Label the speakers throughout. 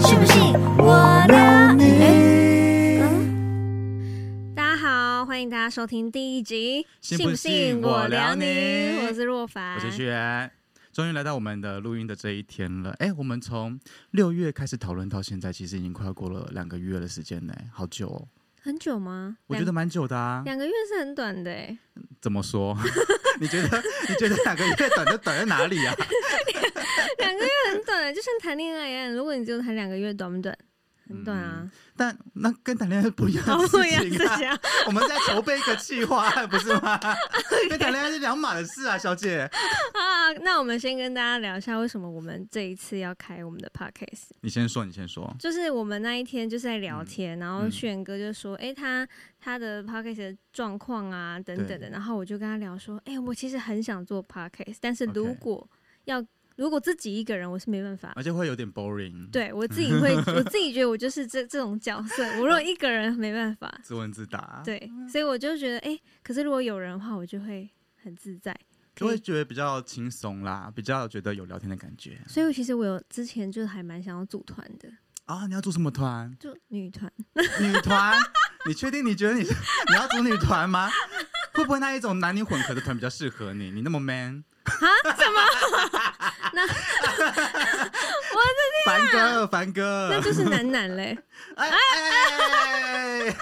Speaker 1: 信不信我的
Speaker 2: 哎
Speaker 1: 你？
Speaker 2: 嗯大家好，欢迎大家收听第一集《
Speaker 3: 信
Speaker 2: 不
Speaker 3: 不
Speaker 2: 信
Speaker 3: 信我
Speaker 2: 聊
Speaker 3: 聊
Speaker 2: 你》，
Speaker 3: 你
Speaker 2: 我是若凡，
Speaker 3: 我是轩，终于来到我们的录音的这一天了。哎，我们从六月开始讨论到现在，其实已经快要过了两个月的时间呢，好久哦。
Speaker 2: 很久吗？
Speaker 3: 我觉得
Speaker 2: 两
Speaker 3: 蛮久的啊。
Speaker 2: 两个月是很短 的欸，
Speaker 3: 怎么说？你觉得你觉得两个月短就短在哪 里啊？
Speaker 2: 两个月很短欸，就像谈恋爱一样。如果你只有谈两个月，短不短？很短啊，
Speaker 3: 但那跟谈恋爱嗯不一样
Speaker 2: 好
Speaker 3: 的
Speaker 2: 不 一样
Speaker 3: 事
Speaker 2: 事
Speaker 3: 情啊。
Speaker 2: 情啊。
Speaker 3: 我们在筹备一个计划案，不是 吗？跟谈恋爱是两码的事啊，小姐。
Speaker 2: 啊，那我们先跟大家聊一下，为什么我们这一次要开我们的 podcast。
Speaker 3: 你先说，你先说。
Speaker 2: 就是我们那一天就是在聊
Speaker 3: 嗯
Speaker 2: 天，然后
Speaker 3: 嗯
Speaker 2: 炫哥就说：“哎、他他的 podcast 的状况啊，等等的。”然后我就跟他聊说：“哎、我其实很想做 podcast，但是
Speaker 3: OK 嗯
Speaker 2: 如果要如果自己一个人，我是没办法。
Speaker 3: 而且会有点 boring，，
Speaker 2: 对我自己会，我自己觉得我就是这这种角色，我如
Speaker 3: 嗯
Speaker 2: 果一个人没办法，
Speaker 3: 自问自答，，
Speaker 2: 对，所以我就觉得，哎、可是如果有人的话，我就会很自在。
Speaker 3: 就
Speaker 2: 可
Speaker 3: 会
Speaker 2: 以
Speaker 3: 觉得比较轻松啦，比较觉得有聊天的感觉
Speaker 2: 所以其实我有之前就是还蛮想要组团的，
Speaker 3: 啊。你要做什么团？
Speaker 2: 就女团。
Speaker 3: 女团？你确定你觉得你 你要组女团吗？会不会那一种男女混合的团比较适合你？你那么 man 啊？怎
Speaker 2: 那
Speaker 3: 么？ 我的天、啊凡哥，凡哥，
Speaker 2: 那就是男男 嘞，
Speaker 3: 哎哎哎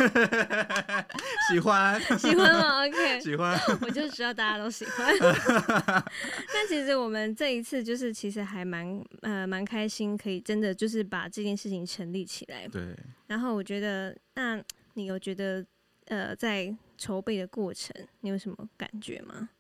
Speaker 3: 喜欢
Speaker 2: 喜欢吗？OK，
Speaker 3: 喜欢，
Speaker 2: 我就知道大家都喜欢。但其实我们这一次就是其实还蛮呃蛮开心，可以真的就是把这件事情成立起来。
Speaker 3: 对，
Speaker 2: 然后我觉得，那你有觉得呃在筹备的过程，你有什么感觉吗？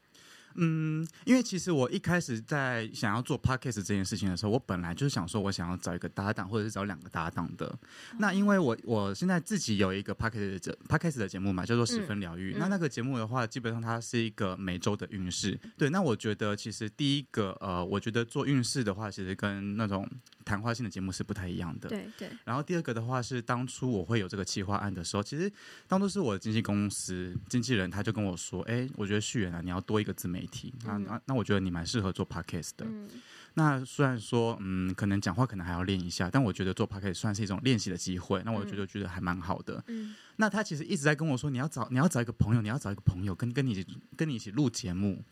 Speaker 3: 嗯，因为其实我一开始在想要做 podcast 这件事情的时候，我本来就是想说，我想要找一个搭档，或者是找两个搭档
Speaker 2: 哦
Speaker 3: 的。那因为我我现在自己有一个 podcast 的节 podcast 的节目嘛，叫做《十分疗愈》。
Speaker 2: 嗯
Speaker 3: 那那个节目的话，基本上它是一个每周的运势。对，那我觉得其实第一个呃，我觉得做运势的话，其实跟那种谈话性的节目是不太一样的。
Speaker 2: 对对，
Speaker 3: 然后第二个的话是，当初我会有这个企划案的时候，其实当初是我的经纪公司经纪人他就跟我说，哎，我觉得旭远啊，你要多一个自媒体，那
Speaker 2: 嗯
Speaker 3: 那、那我觉得你蛮适合做 podcast 的。
Speaker 2: 嗯
Speaker 3: 那虽然说，嗯，可能讲话可能还要练一下，但我觉得做 podcast 算是一种练习的机会，那我觉得觉得还蛮好的。
Speaker 2: 嗯
Speaker 3: 那他其实一直在跟我说，你要找你要找一个朋友，你要找一个朋友跟跟你一起跟你一起录节目。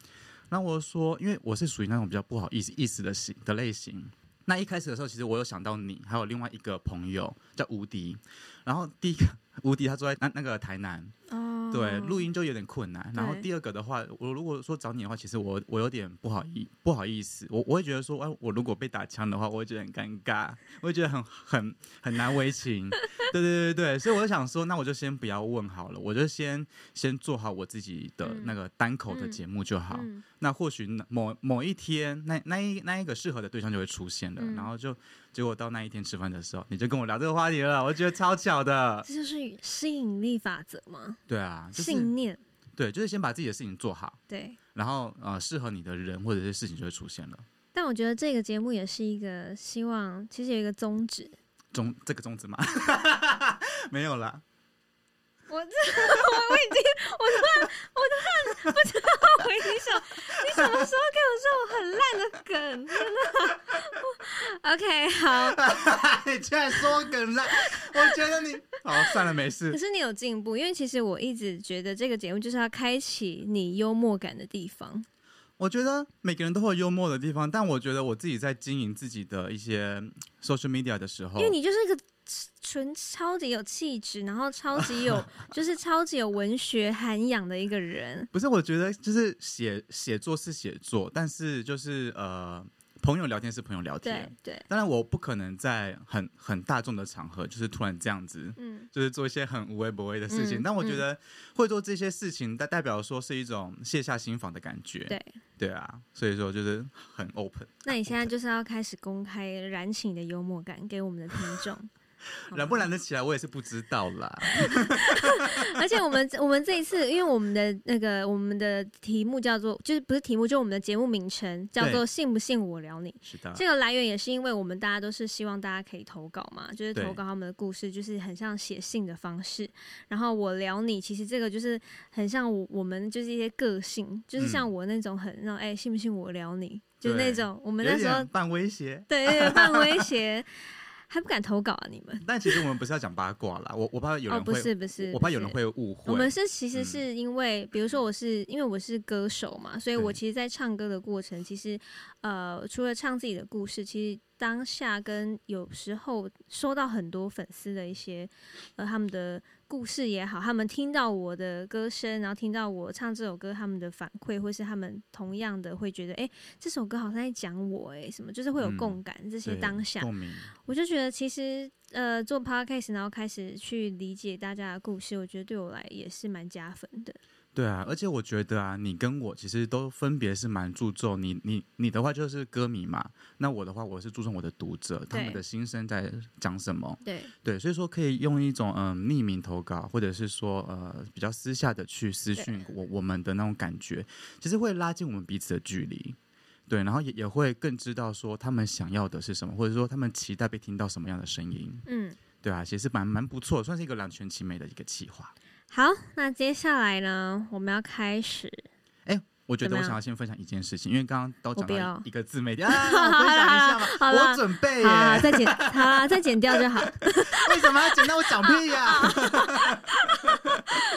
Speaker 3: 那我说，因为我是属于那种比较不好意思意思的型的类型。那一开始的时候，其实我有想到你，还有另外一个朋友叫吴迪。然后第一个吴迪他住在那那个台南，
Speaker 2: 哦，
Speaker 3: 对，录音就有点困难。然后
Speaker 2: 对
Speaker 3: 第二个的话，我如果说找你的话，其实我我有点不好意不好意思，我我会觉得说，哎，我如果被打枪的话，我会觉得很尴尬，我会觉得很很很难为情。对对对对，所以我就想说，那我就先不要问好了，我就先先做好我自己的
Speaker 2: 嗯
Speaker 3: 那个单口的
Speaker 2: 嗯
Speaker 3: 节目就好。
Speaker 2: 嗯
Speaker 3: 那或许那某某一天，那那一那一个适合的对象就会出现了。
Speaker 2: 嗯
Speaker 3: 然后就结果到那一天吃饭的时候，你就跟我聊这个话题了，我觉得超巧的。
Speaker 2: 这就是吸引力法则嘛，
Speaker 3: 对啊，就是
Speaker 2: 信念。
Speaker 3: 对，就是先把自己的事情做好。
Speaker 2: 对，
Speaker 3: 然后呃，适合你的人或者是事情就会出现了。
Speaker 2: 但我觉得这个节目也是一个希望，其实有一个宗旨，
Speaker 3: 中这个宗旨吗？ 没有啦，
Speaker 2: 我这 我我已经我突然我突然不知道回你什么，你什么时候给我说我很烂的梗？真的我？OK，好。
Speaker 3: 你居然说梗了，我觉得你好算了，没
Speaker 2: 可
Speaker 3: 事。
Speaker 2: 是你有进步，因为其实我一直觉得这个节目就是要开启你幽默感的地方。
Speaker 3: 我觉得每个人都会有幽默的地方，但我觉得我自己在经营自己的一些嗯 social media 的时候
Speaker 2: 因为，你就是一个纯超级有气质，然后超级有就是超级有文学涵养的一个人。
Speaker 3: 不是我觉得就是写写作是写作，但是就是呃，朋友聊天是朋友聊
Speaker 2: 对
Speaker 3: 天。
Speaker 2: 对，
Speaker 3: 当然，我不可能在很很大众的场合，就是突然这样子，
Speaker 2: 嗯
Speaker 3: 就是做一些很无微不微的事情。
Speaker 2: 嗯
Speaker 3: 但我觉得会做这些事情，代代表说是一种卸下心防的感觉。
Speaker 2: 对。
Speaker 3: 对啊，所以说就是很 open，
Speaker 2: 那你现在就是要开始公开燃起你的幽默感给我们的听 众，好
Speaker 3: 燃
Speaker 2: 吗
Speaker 3: 不燃得起来，我也是不知道啦。
Speaker 2: 而且我们我们这一次，因为我们的那个我们的题目叫做，就是不是题目，就是我们的节目名称叫做“
Speaker 3: 对啊
Speaker 2: 信不信我聊你
Speaker 3: 是”。的，
Speaker 2: 这个来源也是因为我们大家都是希望大家可以投稿嘛，就是
Speaker 3: 对
Speaker 2: 投稿他们的故事，就是很像写信的方式。然后我聊你，其实这个就是很像我我们就是一些个性，就是像我那种很那种哎、信不信我聊你就是那
Speaker 3: 对
Speaker 2: 种我们
Speaker 3: 有
Speaker 2: 那时候
Speaker 3: 点 半威胁。
Speaker 2: 对对对半威胁，还不敢投稿啊你们。
Speaker 3: 但其实我们不是要讲八卦啦，我我怕有
Speaker 2: 哦，
Speaker 3: 人会，
Speaker 2: 不是不是，
Speaker 3: 我怕
Speaker 2: 不
Speaker 3: 有人
Speaker 2: 是。
Speaker 3: 会误
Speaker 2: 我们
Speaker 3: 会。
Speaker 2: 是其实
Speaker 3: 嗯
Speaker 2: 是因为，比如说我是因为我是歌手嘛，所以我
Speaker 3: 对
Speaker 2: 其实，在唱歌的过程，其实呃，除了唱自己的故事，其实当下跟有时候收到很多粉丝的一些呃他们的故事也好，他们听到我的歌声，然后听到我唱这首歌，他们的反馈，或是他们同样的会觉得，哎、这首歌好像在讲我、诶，哎，什么，就是会有
Speaker 3: 嗯
Speaker 2: 共感，这些
Speaker 3: 对
Speaker 2: 当下，
Speaker 3: 共鸣，
Speaker 2: 我就觉得其实呃做 podcast，然后开始去理解大家的故事，我觉得对我来也是蛮加分的。
Speaker 3: 对啊，而且我觉得啊，你跟我其实都分别是蛮注重你你你的话就是歌迷嘛，那我的话我是注重我的读者他们
Speaker 2: 对
Speaker 3: 的心声在讲什么，
Speaker 2: 对
Speaker 3: 对，所以说可以用一种嗯、匿名投稿，或者是说呃比较私下的去私
Speaker 2: 对
Speaker 3: 讯我我们的那种感觉，其实会拉近我们彼此的距离。对，然后也也会更知道说他们想要的是什么，或者说他们期待被听到什么样的声音，
Speaker 2: 嗯，
Speaker 3: 对啊，其实蛮蛮不错，算是一个两全其美的一个企划。
Speaker 2: 好，那接下来呢，我们要开始。
Speaker 3: 我觉
Speaker 2: 怎
Speaker 3: 得
Speaker 2: 么
Speaker 3: 我
Speaker 2: 样
Speaker 3: 想要先分享一件事情，因为刚刚都讲
Speaker 2: 我不要
Speaker 3: 到一个自媒体， 啊，让 我分享一下嘛
Speaker 2: 好啦
Speaker 3: 我准备
Speaker 2: 好啦，
Speaker 3: 耶，
Speaker 2: 再剪，好啦，再剪掉就好。
Speaker 3: 为什么要剪到我讲屁呀、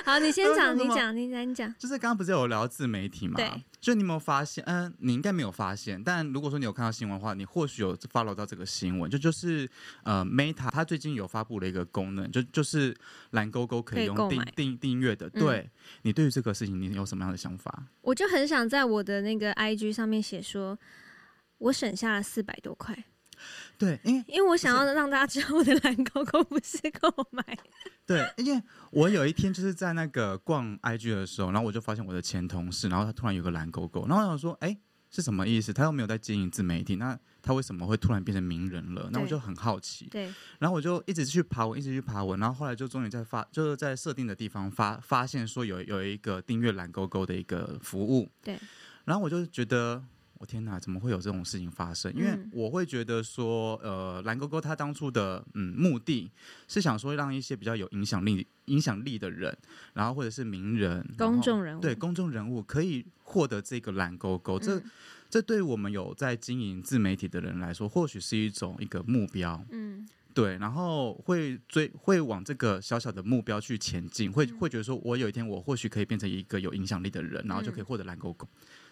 Speaker 2: 好，你先
Speaker 3: 要
Speaker 2: 讲，
Speaker 3: 讲什
Speaker 2: 你
Speaker 3: 么
Speaker 2: 讲，你讲，你讲。
Speaker 3: 就是刚刚不是有聊到自媒体嘛？
Speaker 2: 对。
Speaker 3: 就你有没有发现？嗯、你应该没有发现，但如果说你有看到新闻的话，你或许有 follow 到这个新闻。就就是呃，Meta 它最近有发布了一个功能，就就是蓝勾勾可
Speaker 2: 可以
Speaker 3: 以用
Speaker 2: 购
Speaker 3: 订
Speaker 2: 买
Speaker 3: 订订阅的。
Speaker 2: 嗯
Speaker 3: 对、你对于这个事情，你有什么样的想法？
Speaker 2: 我就很想在我的那个 IG 上面写说，我省下了四百多块，
Speaker 3: 对，因为
Speaker 2: 因为我想要让大家知道我的蓝勾勾不是购买。
Speaker 3: 对，因为我有一天就是在那个逛 IG 的时候，然后我就发现我的前同事，然后他突然有个蓝勾勾，然后我想说，哎、是什么意思？他又没有在经营自媒体，那他为什么会突然变成名人了？那我
Speaker 2: 对
Speaker 3: 就很好奇。
Speaker 2: 对，
Speaker 3: 然后我就一直去爬文，一直去爬文，然后后来就终于在发，就是在设定的地方发发现说有有一个订阅蓝勾勾的一个服务。
Speaker 2: 对。
Speaker 3: 然后我就觉得，我天哪，怎么会有这种事情发生？因为
Speaker 2: 嗯
Speaker 3: 我会觉得说，呃，蓝勾勾它当初的嗯目的是想说让一些比较有影响力、影响力的人，然后或者是名人、然后
Speaker 2: 公众人物。
Speaker 3: 对公众人物可以获得这个蓝勾勾，这、
Speaker 2: 嗯
Speaker 3: 这对我们有在经营自媒体的人来说，或许是一种一个目标。
Speaker 2: 嗯，
Speaker 3: 对，然后会追，会往这个小小的目标去前进，会会觉得说，我有一天我或许可以变成一个有影响力的人，然后就可以获得蓝勾勾。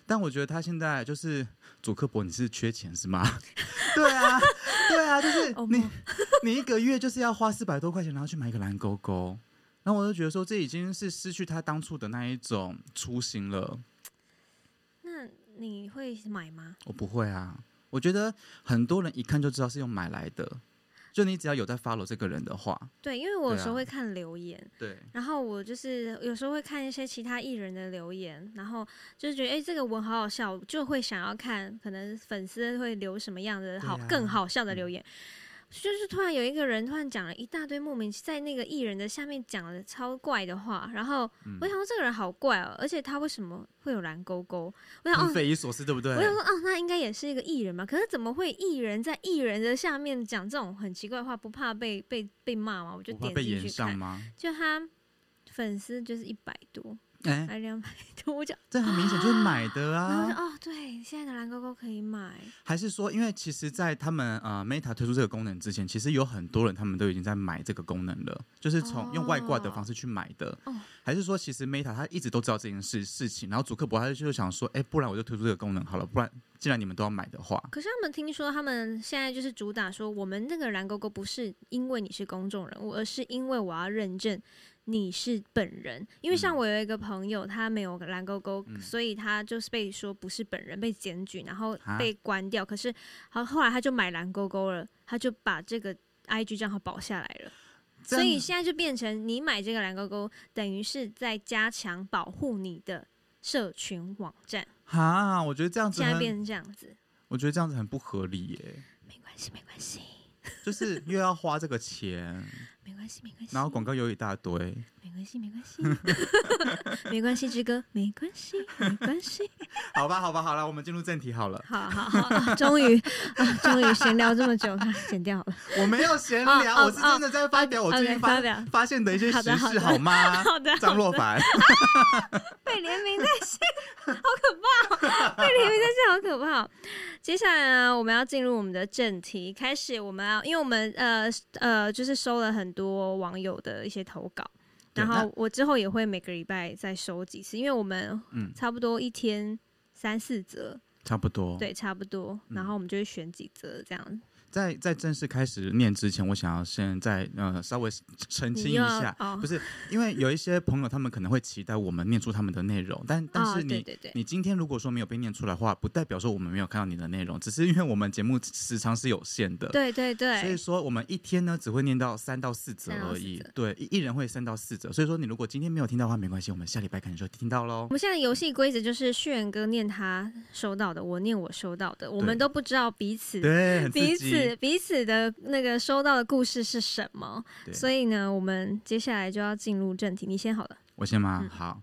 Speaker 3: 但我觉得他现在就是主科博，你是缺钱是吗？对啊，对啊，就是
Speaker 2: 哦
Speaker 3: 你你一个月就是要花四百多块钱，然后去买一个蓝勾勾，然后我就觉得说，这已经是失去他当初的那一种初心了。
Speaker 2: 那你会买吗？
Speaker 3: 我不会啊，我觉得很多人一看就知道是用买来的，就你只要有在 follow 这个人的话，
Speaker 2: 对，因为我有
Speaker 3: 对
Speaker 2: 时候
Speaker 3: 啊
Speaker 2: 会看留言，
Speaker 3: 对。
Speaker 2: 然后我就是有时候会看一些其他艺人的留言，然后就是觉得哎、诶这个文好好笑，我就会想要看，可能粉丝会留什么样的好、
Speaker 3: 对啊
Speaker 2: 更好笑的留言。就是突然有一个人突然讲了一大堆莫名其在那个艺人的下面讲了超怪的话，然后
Speaker 3: 嗯
Speaker 2: 我想说这个人好怪哦，而且他为什么会有蓝勾勾？我想哦
Speaker 3: 很，匪夷所思，对不对
Speaker 2: 我？想说，哦，那应该也是一个艺人嘛？可是怎么会艺人在艺人的下面讲这种很奇怪的话，不怕被被被骂吗？我就
Speaker 3: 我怕
Speaker 2: 点
Speaker 3: 被
Speaker 2: 进
Speaker 3: 延
Speaker 2: 去
Speaker 3: 上
Speaker 2: 看，
Speaker 3: 吗？
Speaker 2: 就他粉丝就是一百多，
Speaker 3: 哎、
Speaker 2: 还两百多，我就
Speaker 3: 这很明显就是买的
Speaker 2: 然 后我
Speaker 3: 啊
Speaker 2: 就！哦，对，现在的蓝勾勾可以买，
Speaker 3: 还是说，因为其实，在他们呃 Meta 推出这个功能之前，其实有很多人他们都已经在买这个功能了，就是从用外挂的方式去买的。
Speaker 2: 哦
Speaker 3: 还是说，其实 Meta 他一直都知道这件事事情，然后主克伯他就想说，哎、不然我就推出这个功能好了，不然既然你们都要买的话，
Speaker 2: 可是他们听说他们现在就是主打说，我们那个蓝勾勾不是因为你是公众人物，而是因为我要认证你是本人。因为
Speaker 3: 嗯
Speaker 2: 像我有一个朋友，他没有蓝勾勾，
Speaker 3: 嗯
Speaker 2: 所以他就是被说不是本人，被检举，然后
Speaker 3: 啊
Speaker 2: 被关掉。可是好后来他就买蓝勾勾了，他就把这个 IG 账号保下来了。所
Speaker 3: 这
Speaker 2: 以
Speaker 3: 样
Speaker 2: 现在就变成你买这个蓝勾勾，等于是在加强保护你的社群网站。
Speaker 3: 哈，我觉得这样子
Speaker 2: 现在变
Speaker 3: 很，
Speaker 2: 成这样子，
Speaker 3: 我觉得这样子很不合理耶，
Speaker 2: 没关系，没关系。
Speaker 3: 就是又要花这个钱，
Speaker 2: 没关系，没关系。
Speaker 3: 然后广告又一大堆。
Speaker 2: 没关系，没关系，没关系， 之哥，没关系，没关系。
Speaker 3: 好吧，好吧，好了，我们进入正题好了。
Speaker 2: 好好好，啊终于啊，终于闲聊这么久， 啊剪掉了。
Speaker 3: 我没有闲
Speaker 2: 哦
Speaker 3: 聊，
Speaker 2: 哦
Speaker 3: 我是真的在发表我最
Speaker 2: OK，
Speaker 3: 近
Speaker 2: 发
Speaker 3: 发
Speaker 2: 表
Speaker 3: 发现的一些
Speaker 2: 啊好
Speaker 3: 时
Speaker 2: 的好
Speaker 3: 事，
Speaker 2: 的
Speaker 3: 好吗？
Speaker 2: 好的，
Speaker 3: 张
Speaker 2: 好
Speaker 3: 若
Speaker 2: 的
Speaker 3: 凡，
Speaker 2: 被被联名在线，好可怕哦、被联名在线好可怕哦、接下来呢，我们要进入我们的正题，开始我们要，因为我们呃呃，就是收了很多网友的一些投稿，
Speaker 3: 对
Speaker 2: 然
Speaker 3: 那
Speaker 2: 后我之后也会每个礼拜再收几次，因为我们
Speaker 3: 嗯，
Speaker 2: 差不多一天三四则，
Speaker 3: 差不多。，
Speaker 2: 对，差不多，
Speaker 3: 嗯
Speaker 2: 然后我们就会选几则这样。
Speaker 3: 在在正式开始念之前，我想要先再呃稍微澄清一下
Speaker 2: 你，要哦
Speaker 3: 不是因为有一些朋友他们可能会期待我们念出他们的内容，但但
Speaker 2: 哦
Speaker 3: 是你、
Speaker 2: 对对对，
Speaker 3: 你今天如果说没有被念出来的话，不代表说我们没有看到你的内容，只是因为我们节目时长是有限的，
Speaker 2: 对对对，
Speaker 3: 所以说我们一天呢只会念到三到四则
Speaker 2: 三到
Speaker 3: 而
Speaker 2: 四
Speaker 3: 已
Speaker 2: 则，
Speaker 3: 对，一一人会三到四则，所以说你如果今天没有听到的话没关系，我们下礼拜可能就听到喽
Speaker 2: 我。们现在游戏规则就是旭远哥念他收到的，我念我收到的，我们都不知道彼此
Speaker 3: 对，很
Speaker 2: 彼
Speaker 3: 刺
Speaker 2: 此
Speaker 3: 激。
Speaker 2: 彼此的那个收到的故事是什么。
Speaker 3: 对
Speaker 2: 所以呢，我们接下来就要进入正题，你先好了。
Speaker 3: 我先吗？
Speaker 2: 嗯
Speaker 3: 好，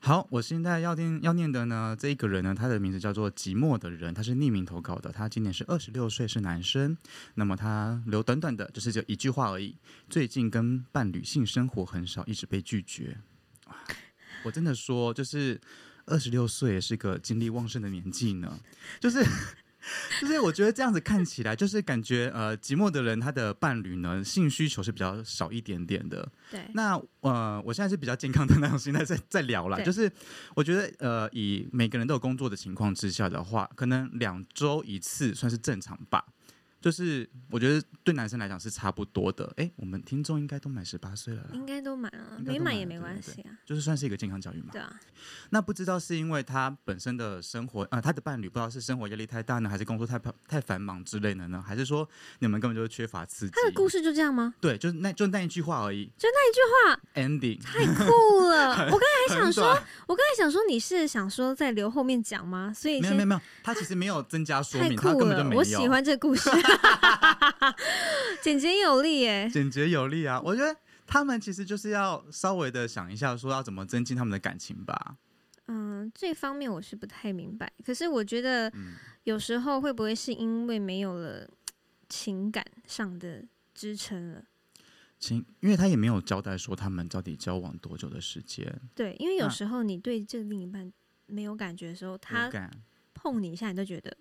Speaker 3: 好，我现在要念要念的呢，这一个人呢，他的名字叫做寂寞的人，他是匿名投稿的，他今年是二十六岁，是男生。那么他留短短的，就是只有一句话而已。最近跟伴侣性生活很少，一直被拒绝。我真的说，就是二十六岁也是个精力旺盛的年纪呢，就是。 就是我觉得这样子看起来，就是感觉呃，寂寞的人他的伴侣呢，性需求是比较少一点点的。
Speaker 2: 对，
Speaker 3: 那呃，我现在是比较健康的那种 心态在在聊啦，
Speaker 2: 对
Speaker 3: 就是我觉得呃，以每个人都有工作的情况之下的话，可能两周一次算是正常吧。就是我觉得对男生来讲是差不多的。哎，我们听众应该都满十八岁了啦，
Speaker 2: 应该都满了，
Speaker 3: 应该
Speaker 2: 没
Speaker 3: 都满
Speaker 2: 也
Speaker 3: 了
Speaker 2: 没
Speaker 3: 对
Speaker 2: 关
Speaker 3: 对
Speaker 2: 系啊。
Speaker 3: 就是算是一个健康教育嘛。
Speaker 2: 对啊，
Speaker 3: 那不知道是因为他本身的生活，呃，他的伴侣不知道是生活压力太大呢，还是工作太太繁忙之类的呢，还是说你们根本就是缺乏刺激？
Speaker 2: 他的故事就这 样吗？
Speaker 3: 对，就是那就那一句话而已
Speaker 2: 就那一句话
Speaker 3: ，ending。
Speaker 2: 太酷了！我刚才还想
Speaker 3: 很
Speaker 2: 说，
Speaker 3: 短
Speaker 2: 我刚才想说你是想说在留后面讲吗？所以
Speaker 3: 没
Speaker 2: 先
Speaker 3: 有没有没有，他其实没有增加说
Speaker 2: 太
Speaker 3: 明，他
Speaker 2: 酷
Speaker 3: 根本就
Speaker 2: 了！
Speaker 3: 没有。
Speaker 2: 我喜欢这 个故事， 简洁有力耶。
Speaker 3: 简洁有力啊！我觉得他们其实就是要稍微的想一下，说要怎么增进他们的感情吧。
Speaker 2: 嗯，这方面我是不太明白。可是我觉得
Speaker 3: 嗯
Speaker 2: 有时候会不会是因为没有了情感上的支撑了？
Speaker 3: 情，因为他也没有交代说他们到底交往多久的时间，
Speaker 2: 对，因为有
Speaker 3: 嗯那
Speaker 2: 时候你对这个另一半没有感觉的时候，他
Speaker 3: 无感。
Speaker 2: 碰你一下，你都觉得，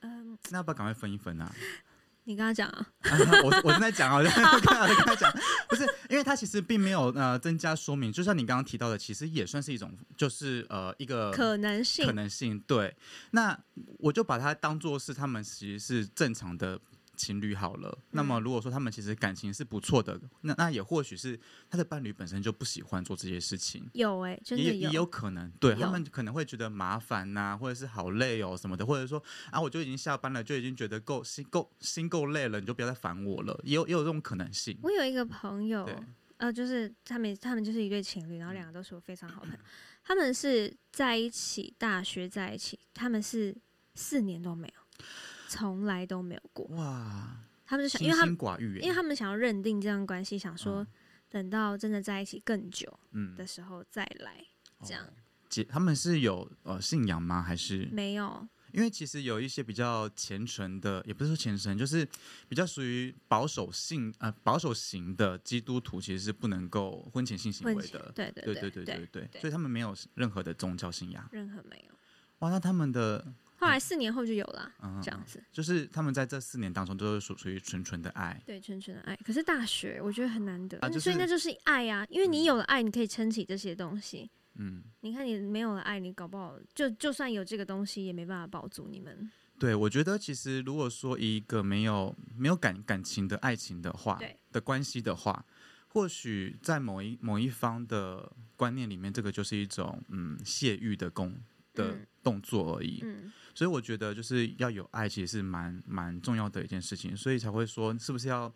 Speaker 2: 嗯，
Speaker 3: 那要不要赶快分一分啊？
Speaker 2: 你跟他讲啊，
Speaker 3: 啊我我正在讲啊，我 正在我刚才跟他讲，不是，因为他其实并没有呃增加说明，就像你刚刚提到的，其实也算是一种，就是呃一个
Speaker 2: 可能性
Speaker 3: 可能性。对，那我就把它当做是他们其实是正常的情侣好了。那
Speaker 2: 嗯
Speaker 3: 么如果说他们其实感情是不错的，那那也或许是他的伴侣本身就不喜欢做这些事情。
Speaker 2: 有哎、真的
Speaker 3: 也也有可能，对
Speaker 2: 有
Speaker 3: 他们可能会觉得麻烦呐、或者是好累哦什么的，或者说啊，我就已经下班了，就已经觉得够心够心够累了，你就不要再烦我了，也有也有这种可能性。
Speaker 2: 我有一个朋友
Speaker 3: 对，
Speaker 2: 呃，就是他们他们就是一对情侣，然后
Speaker 3: 嗯
Speaker 2: 两个都是我非常好的朋友，他们是在一起，大学在一起，他们是四年都没有，从来都没有过。
Speaker 3: 哇，
Speaker 2: 他们就想，
Speaker 3: 清
Speaker 2: 因为他们
Speaker 3: 心寡欲耶，欸
Speaker 2: 因为他们想要认定这段关系，想说
Speaker 3: 嗯
Speaker 2: 等到真的在一起更久
Speaker 3: 嗯
Speaker 2: 的时候再来，这样
Speaker 3: 哦姐他们是有呃信仰吗？还是
Speaker 2: 没有。
Speaker 3: 因为其实有一些比较虔诚的，也不是说虔诚，就是比较属于保守性呃保守型的基督徒，其实是不能够婚前性行
Speaker 2: 问
Speaker 3: 为
Speaker 2: 题
Speaker 3: 的。
Speaker 2: 对
Speaker 3: 对
Speaker 2: 对
Speaker 3: 对
Speaker 2: 对
Speaker 3: 对
Speaker 2: 对，
Speaker 3: 对对，所以他们没有任何的宗教信仰。
Speaker 2: 任何没有。
Speaker 3: 哇，那他们的
Speaker 2: 后来四年后就有了，
Speaker 3: 嗯，
Speaker 2: 这样子，
Speaker 3: 就是他们在这四年当中都是属属于纯纯的爱。
Speaker 2: 对纯纯的爱。可是大学我觉得很难得，
Speaker 3: 啊就
Speaker 2: 所以
Speaker 3: 是
Speaker 2: 那就是爱啊，因为你有了爱，你可以撑起这些东西。
Speaker 3: 嗯，
Speaker 2: 你看，你没有了爱，你搞不好就就算有这个东西，也没办法保足你们。
Speaker 3: 对，我觉得其实如果说一个没有没有感感情的爱情的话
Speaker 2: 对，
Speaker 3: 的关系的话，或许在某一某一方的观念里面，这个就是一种嗯泄欲的功的
Speaker 2: 嗯
Speaker 3: 动作而已。
Speaker 2: 嗯，
Speaker 3: 所以我觉得就是要有爱，其实是蛮蛮重要的一件事情，所以才会说是不是要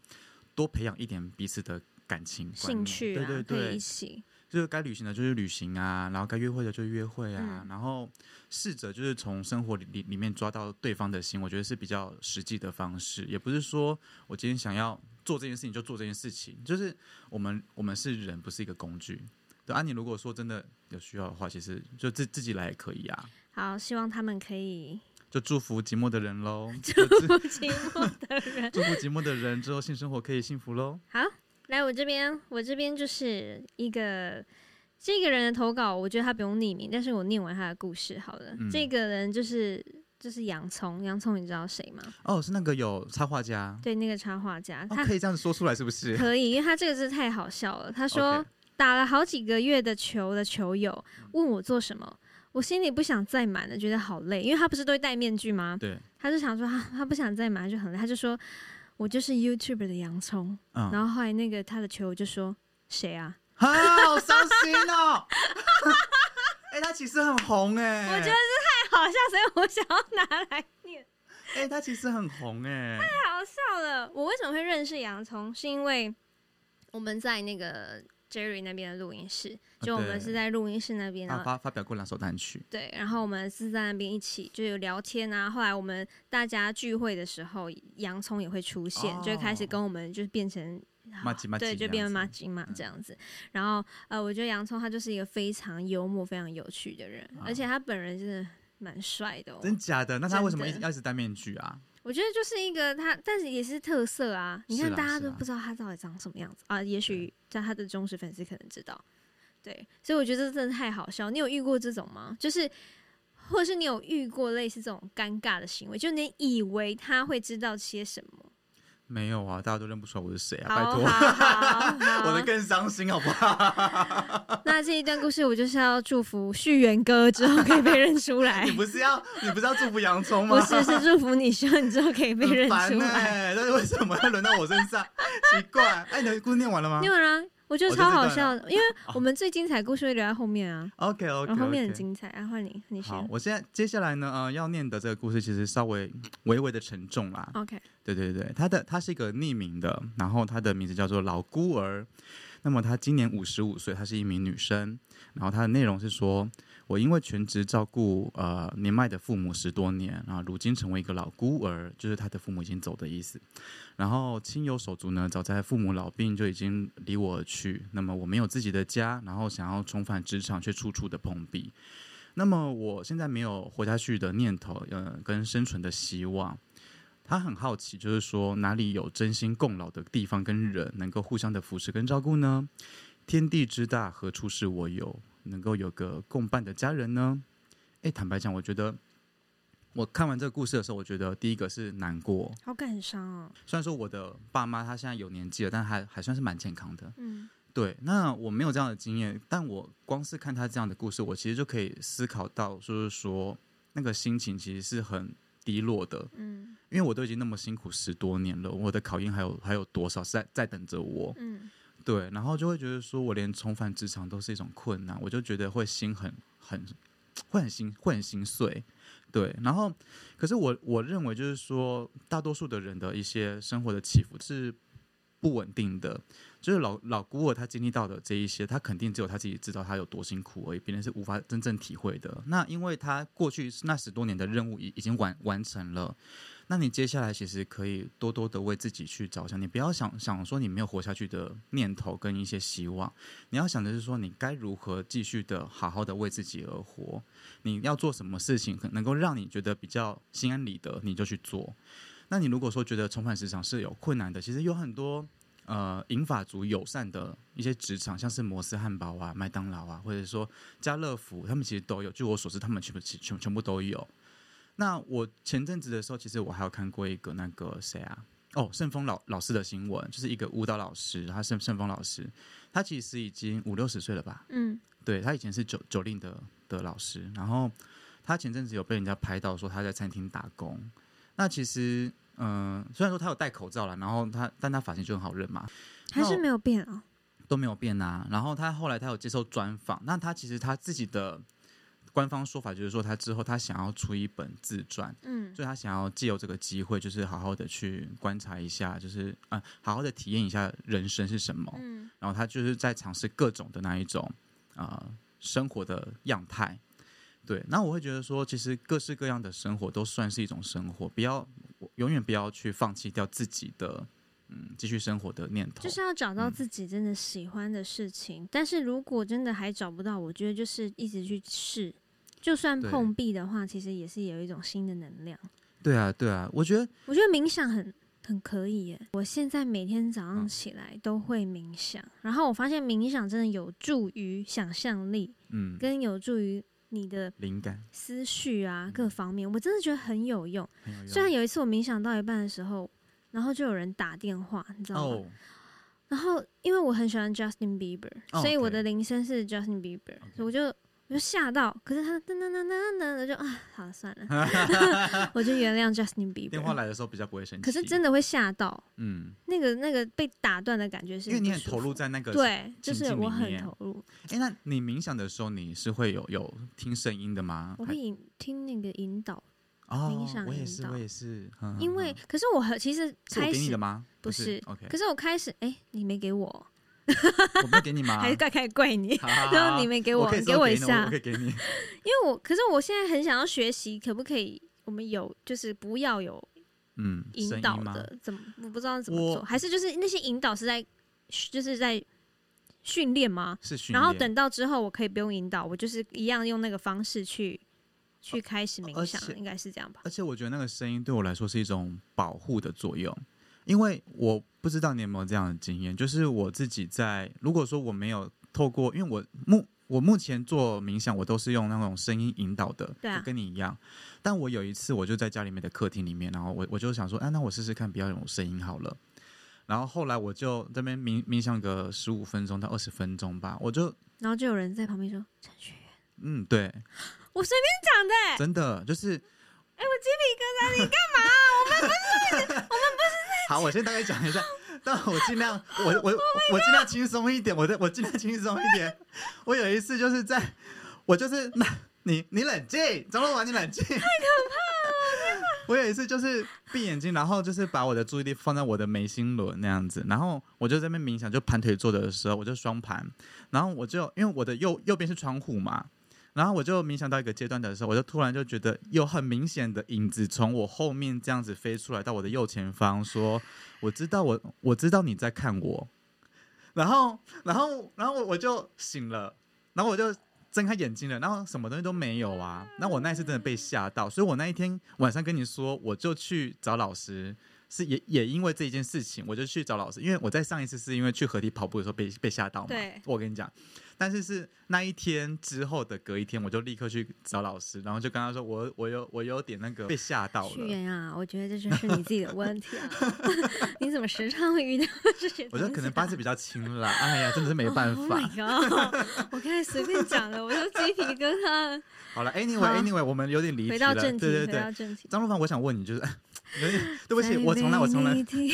Speaker 3: 多培养一点彼此的感情观
Speaker 2: 兴
Speaker 3: 念
Speaker 2: 趣啊，
Speaker 3: 对对
Speaker 2: 可以
Speaker 3: 对
Speaker 2: 一，起。
Speaker 3: 就是该旅行的就是旅行啊，然后该约会的就约会啊，
Speaker 2: 嗯
Speaker 3: 然后试着就是从生活里里里面抓到对方的心，我觉得是比较实际的方式，也不是说我今天想要做这件事情就做这件事情，就是我们我们是人，不是一个工具。对啊，你如果说真的有需要的话，其实就自自己来也可以啊。
Speaker 2: 好，希望他们可 以
Speaker 3: 就祝福寂寞的人 喽，
Speaker 2: 不寂寞的人。
Speaker 3: 祝福寂寞的人之后性生活可以幸福喽。
Speaker 2: 好，来我这边，我这边就是一个这个人的投稿，我觉得他不用匿名，但是我念完他的故事好了。
Speaker 3: 嗯
Speaker 2: 这个人就是就是洋葱，洋葱你知道谁吗？
Speaker 3: 哦，是那个有插画家，
Speaker 2: 对，那个插画家，
Speaker 3: 哦
Speaker 2: 他，
Speaker 3: 可以这样子说出来是不是？
Speaker 2: 可以，因为他这个真的太好笑了。他说
Speaker 3: OK
Speaker 2: 打了好几个月的球的球友问我做什么，我心里不想再瞒了，觉得好累，因为他不是都会戴面具吗？
Speaker 3: 对，
Speaker 2: 他就想说他他不想再瞒就很累，他就说我就是 YouTuber 的洋葱。
Speaker 3: 嗯，
Speaker 2: 然后后来那个他的球友就说谁啊？
Speaker 3: 啊，好伤心 哦。哎、他其实很红哎、
Speaker 2: 我觉得太好笑，所以我想要拿来念。
Speaker 3: 哎、他其实很红哎、
Speaker 2: 太好笑了！我为什么会认识洋葱？是因为我们在那个 Jerry 那边的录音室，就我们
Speaker 3: 对
Speaker 2: 是在录音室那边，然
Speaker 3: 他
Speaker 2: 后
Speaker 3: 发发表过两首单曲，
Speaker 2: 对，然后我们是在那边一起就有聊天啊。后来我们大家聚会的时候，洋葱也会出现，就会开始
Speaker 3: 哦
Speaker 2: 跟我们就是变成。啊
Speaker 3: 麻吉麻吉
Speaker 2: 对，就
Speaker 3: 这
Speaker 2: 变
Speaker 3: 样
Speaker 2: 成马
Speaker 3: 子嗯
Speaker 2: 吉嘛这样子。然后呃，我觉得洋葱他就是一个非常幽默、非常有趣的人，而且他本人真的蛮帅的哦。
Speaker 3: 啊真假的？那他为什么一
Speaker 2: 真
Speaker 3: 直
Speaker 2: 的
Speaker 3: 要一直戴面具啊？
Speaker 2: 我觉得就是一个他，但是也是特色啊。你看
Speaker 3: 是啦
Speaker 2: 大家
Speaker 3: 是
Speaker 2: 都
Speaker 3: 啦
Speaker 2: 不知道他到底长什么样子啊，也许在他的忠实粉丝可能知道。对，所以我觉得这真的太好笑。你有遇过这种吗？就是，或者是你有遇过类似这种尴尬的行为，就你以为他会知道些什么？
Speaker 3: 没有啊，大家都认不出来我是谁啊！拜
Speaker 2: 好
Speaker 3: 托，
Speaker 2: 好好
Speaker 3: 我的
Speaker 2: 好，
Speaker 3: 更伤心好不好？
Speaker 2: 那这一段故事我就是要祝福旭元哥之后可以被认出来
Speaker 3: 你，不是要你不是要祝福洋葱吗？
Speaker 2: 哎 不是是祝福你希望你之后可以被认
Speaker 3: 很
Speaker 2: 出
Speaker 3: 烦欸呢、
Speaker 2: 来。
Speaker 3: 但是为什么要轮到我身 上？奇怪，哎、你的故事念完了吗
Speaker 2: 另外呢，啊我觉得
Speaker 3: 哦就
Speaker 2: 超
Speaker 3: 这
Speaker 2: 好
Speaker 3: 段
Speaker 2: 笑
Speaker 3: 了
Speaker 2: 的，因为我们最精彩的故事会留在后面啊。
Speaker 3: ？OK OK，,
Speaker 2: 然
Speaker 3: o
Speaker 2: 后
Speaker 3: k
Speaker 2: 后面很精彩。啊，换你，你先
Speaker 3: 好，。我现在接下来呢，呃，要念的这个故事其实稍微嗯微微的沉重啦。
Speaker 2: OK，
Speaker 3: 对对对，他的他是一个匿名的，然后他的名字叫做老孤儿。那么他今年五十五岁，她是一名女生。然后他的内容是说，我因为全职照顾呃年迈的父母十多年，然后如今成为一个老孤儿，就是他的父母已经走的意思。然后亲友手足呢，早在父母老病就已经离我而去。那么我没有自己的家，然后想要重返职场，却处处的碰壁。那么我现在没有活下去的念头，呃，跟生存的希望。他很好奇，就是说哪里有真心共老的地方跟人能够互相的扶持跟照顾呢？天地之大，何处是我有？能够有个共伴的家人呢？诶，坦白讲，我觉得我看完这个故事的时候，我觉得第一个是难过。
Speaker 2: 好感伤哦。
Speaker 3: 虽然说我的爸妈他现在有年纪了，但还还算是蛮健康的。
Speaker 2: 嗯，
Speaker 3: 对，那我没有这样的经验，但我光是看他这样的故事，我其实就可以思考到，就是说那个心情其实是很低落的。
Speaker 2: 嗯
Speaker 3: 因为我都已经那么辛苦十多年了，我的考验还有还有多少是在在等着我？
Speaker 2: 嗯，
Speaker 3: 对，然后就会觉得说我连重返职场都是一种困难，我就觉得会心很很会很心会很心碎。对，然后可是我我认为就是说，大多数的人的一些生活的起伏是不稳定的，就是老老孤儿他经历到的这一些，他肯定只有他自己知道他有多辛苦而已，别人是无法真正体会的。那因为他过去那十多年的任务已已经完完成了，那你接下来其实可以多多的为自己去着想，你不要想想说你没有活下去的念头跟一些希望，你要想的是说你该如何继续的好好的为自己而活，你要做什么事情可能够让你觉得比较心安理得，你就去做。那你如果说觉得重返职场是有困难的，其实有很多呃银发族友善的一些职场，像是摩斯汉堡啊、麦当劳啊，或者说家乐福，他们其实都有。据我所知，他们全部其全全部都有。那我前阵子的时候，其实我还有看过一个那个谁啊，哦，盛峰老老师的新闻，就是一个舞蹈老师，他盛盛峰老师，他其实已经五六十岁了吧？
Speaker 2: 嗯，
Speaker 3: 对他以前是九九令的的老师，然后他前阵子有被人家拍到说他在餐厅打工。那其实，嗯、虽然说他有戴口罩啦，然后他但他发型就很好认嘛，
Speaker 2: 还是没有变啊。
Speaker 3: 都没有变啊。然后他后来他有接受专访，那他其实他自己的官方说法就是说，他之后他想要出一本自传，
Speaker 2: 嗯
Speaker 3: 所以他想要借由这个机会，就是好好的去观察一下，就是啊、呃好好的体验一下人生是什么。
Speaker 2: 嗯
Speaker 3: 然后他就是在尝试各种的那一种呃生活的样态。对，那我会觉得说，其实各式各样的生活都算是一种生活，不要我永远不要去放弃掉自己的嗯继续生活的念头。
Speaker 2: 就是要找到
Speaker 3: 嗯
Speaker 2: 自己真的喜欢的事情，但是如果真的还找不到，我觉得就是一直去试，就算
Speaker 3: 对
Speaker 2: 碰壁的话，其实也是有一种新的能量。
Speaker 3: 对啊，对啊，我觉得
Speaker 2: 我觉得冥想很很可以耶！我现在每天早上
Speaker 3: 嗯
Speaker 2: 起来都会冥想，然后我发现冥想真的有助于想象力，
Speaker 3: 嗯，
Speaker 2: 跟有助于你的
Speaker 3: 灵感
Speaker 2: 思绪啊各方面，我真的觉得很有用。
Speaker 3: 嗯很有用。
Speaker 2: 虽然有一次我冥想到一半的时候，然后就有人打电话，你知道吗？
Speaker 3: 哦
Speaker 2: 然后因为我很喜欢 Justin Bieber，、
Speaker 3: 哦
Speaker 2: 所以我
Speaker 3: 对
Speaker 2: 的铃声是 Justin Bieber，、所以我就我就吓到，可是他噔噔噔噔噔，我就啊，好了算了， 我就原谅 Justin
Speaker 3: 电话
Speaker 2: Bieber。
Speaker 3: 来的时候比较不会生气，
Speaker 2: 可是真的会吓到，
Speaker 3: 嗯，
Speaker 2: 那个那个被打断的感觉是
Speaker 3: 因为你
Speaker 2: 不
Speaker 3: 很
Speaker 2: 舒
Speaker 3: 投入
Speaker 2: 服
Speaker 3: 在那个。
Speaker 2: 对，就
Speaker 3: 情
Speaker 2: 是
Speaker 3: 境里
Speaker 2: 我很
Speaker 3: 面
Speaker 2: 投入，
Speaker 3: 哎，那你冥想的时候，你是会有有听声音的吗？
Speaker 2: 我
Speaker 3: 还
Speaker 2: 会引听那个引导，
Speaker 3: 哦，
Speaker 2: 冥想
Speaker 3: 我也
Speaker 2: 引
Speaker 3: 是，
Speaker 2: 导
Speaker 3: 我也是，嗯
Speaker 2: 因
Speaker 3: 嗯
Speaker 2: 为
Speaker 3: 嗯
Speaker 2: 可是我很其实
Speaker 3: 是我
Speaker 2: 开
Speaker 3: 给你
Speaker 2: 始
Speaker 3: 的吗？
Speaker 2: 不是
Speaker 3: ，OK，
Speaker 2: 可是我开始，哎、你没给我，
Speaker 3: 我没有给你吗？
Speaker 2: 还是该开始怪你，
Speaker 3: 好好
Speaker 2: 然后
Speaker 3: 好
Speaker 2: 你没给
Speaker 3: 啊我
Speaker 2: 我，
Speaker 3: 可以
Speaker 2: 你
Speaker 3: 之
Speaker 2: 给
Speaker 3: 后
Speaker 2: 我
Speaker 3: 给
Speaker 2: 一
Speaker 3: 你
Speaker 2: 下
Speaker 3: 我可，以给你。
Speaker 2: 因为我可是我现在很想要学习，可不可以我们有就是不要有
Speaker 3: 嗯，声
Speaker 2: 引
Speaker 3: 音
Speaker 2: 导
Speaker 3: 吗？
Speaker 2: 的，怎么我不知道怎么
Speaker 3: 我
Speaker 2: 做，还是就是那些引导是在就是在训练吗？
Speaker 3: 是训
Speaker 2: 然后
Speaker 3: 练
Speaker 2: 等到之后我可以不用引导，我就是一样用那个方式去去开始冥
Speaker 3: 哦而
Speaker 2: 想
Speaker 3: 且，
Speaker 2: 应该是这样吧？
Speaker 3: 而且我觉得那个声音对我来说是一种保护的作用，因为我不知道你有没有这样的经验，就是我自己在如果说我没有透过，因为我目我目前做冥想，我都是用那种声音引导的，
Speaker 2: 对啊
Speaker 3: 就跟你一样。但我有一次，我就在家里面的客厅里面，然后我我就想说，啊，那我试试看，不要用声音好了。然后后来我就这边冥冥想个十五分钟到二十分钟吧，我就
Speaker 2: 然后就有人在旁边说
Speaker 3: 嗯，对，：“
Speaker 2: 我随便讲的、欸。”
Speaker 3: 真的就是
Speaker 2: 哎、我鸡皮疙瘩，你干嘛？
Speaker 3: 好，我先大概讲一下，但我尽量，我我我尽量轻松一点，我的我尽量轻松一点。我有一次就是在，我就是那你你冷静，张若婉你冷静，太可怕了！我有一次就是闭眼睛，然后就是把我的注意力放在我的眉心轮那样子，然后我就在那边冥想，就盘腿坐着的时候，我就双盘，然后我就因为我的右右边是窗户嘛，然后我就冥想到一个阶段的时候，我就突然就觉得有很明显的影子从我后面这样子飞出来到我的右前方，说：“我知道我我知道你在看我。”然后然后然后我我就醒了，然后我就睁开眼睛了，然后什么东西都没有啊。那我那一次真的被吓到，所以我那一天晚上跟你说，我就去找老师。是也也因为这一件事情，我就去找老师，因为我在上一次是因为去河堤跑步的时候被被吓到嘛。
Speaker 2: 对
Speaker 3: 我跟你讲，但是是那一天之后的隔一天，我就立刻去找老师，然后就跟他说我我有我有点那个被吓到
Speaker 2: 去
Speaker 3: 了，
Speaker 2: 年啊，我觉得这就是你自己的问题啊！ 你怎么时常会遇到这些、
Speaker 3: 我觉得可能八字比较轻啦，哎呀，真的是没办
Speaker 2: Oh
Speaker 3: 法。
Speaker 2: my god！我刚才随便讲了，我都鸡皮疙瘩 了。
Speaker 3: 好了
Speaker 2: 好
Speaker 3: ，anyway anyway，我们有点离题
Speaker 2: 回到
Speaker 3: 了，
Speaker 2: 正
Speaker 3: 对对
Speaker 2: 题，回到
Speaker 3: 对。
Speaker 2: 正题。
Speaker 3: 张若凡，我想问你，就是有点对不起，我从来我从来
Speaker 2: 再被你听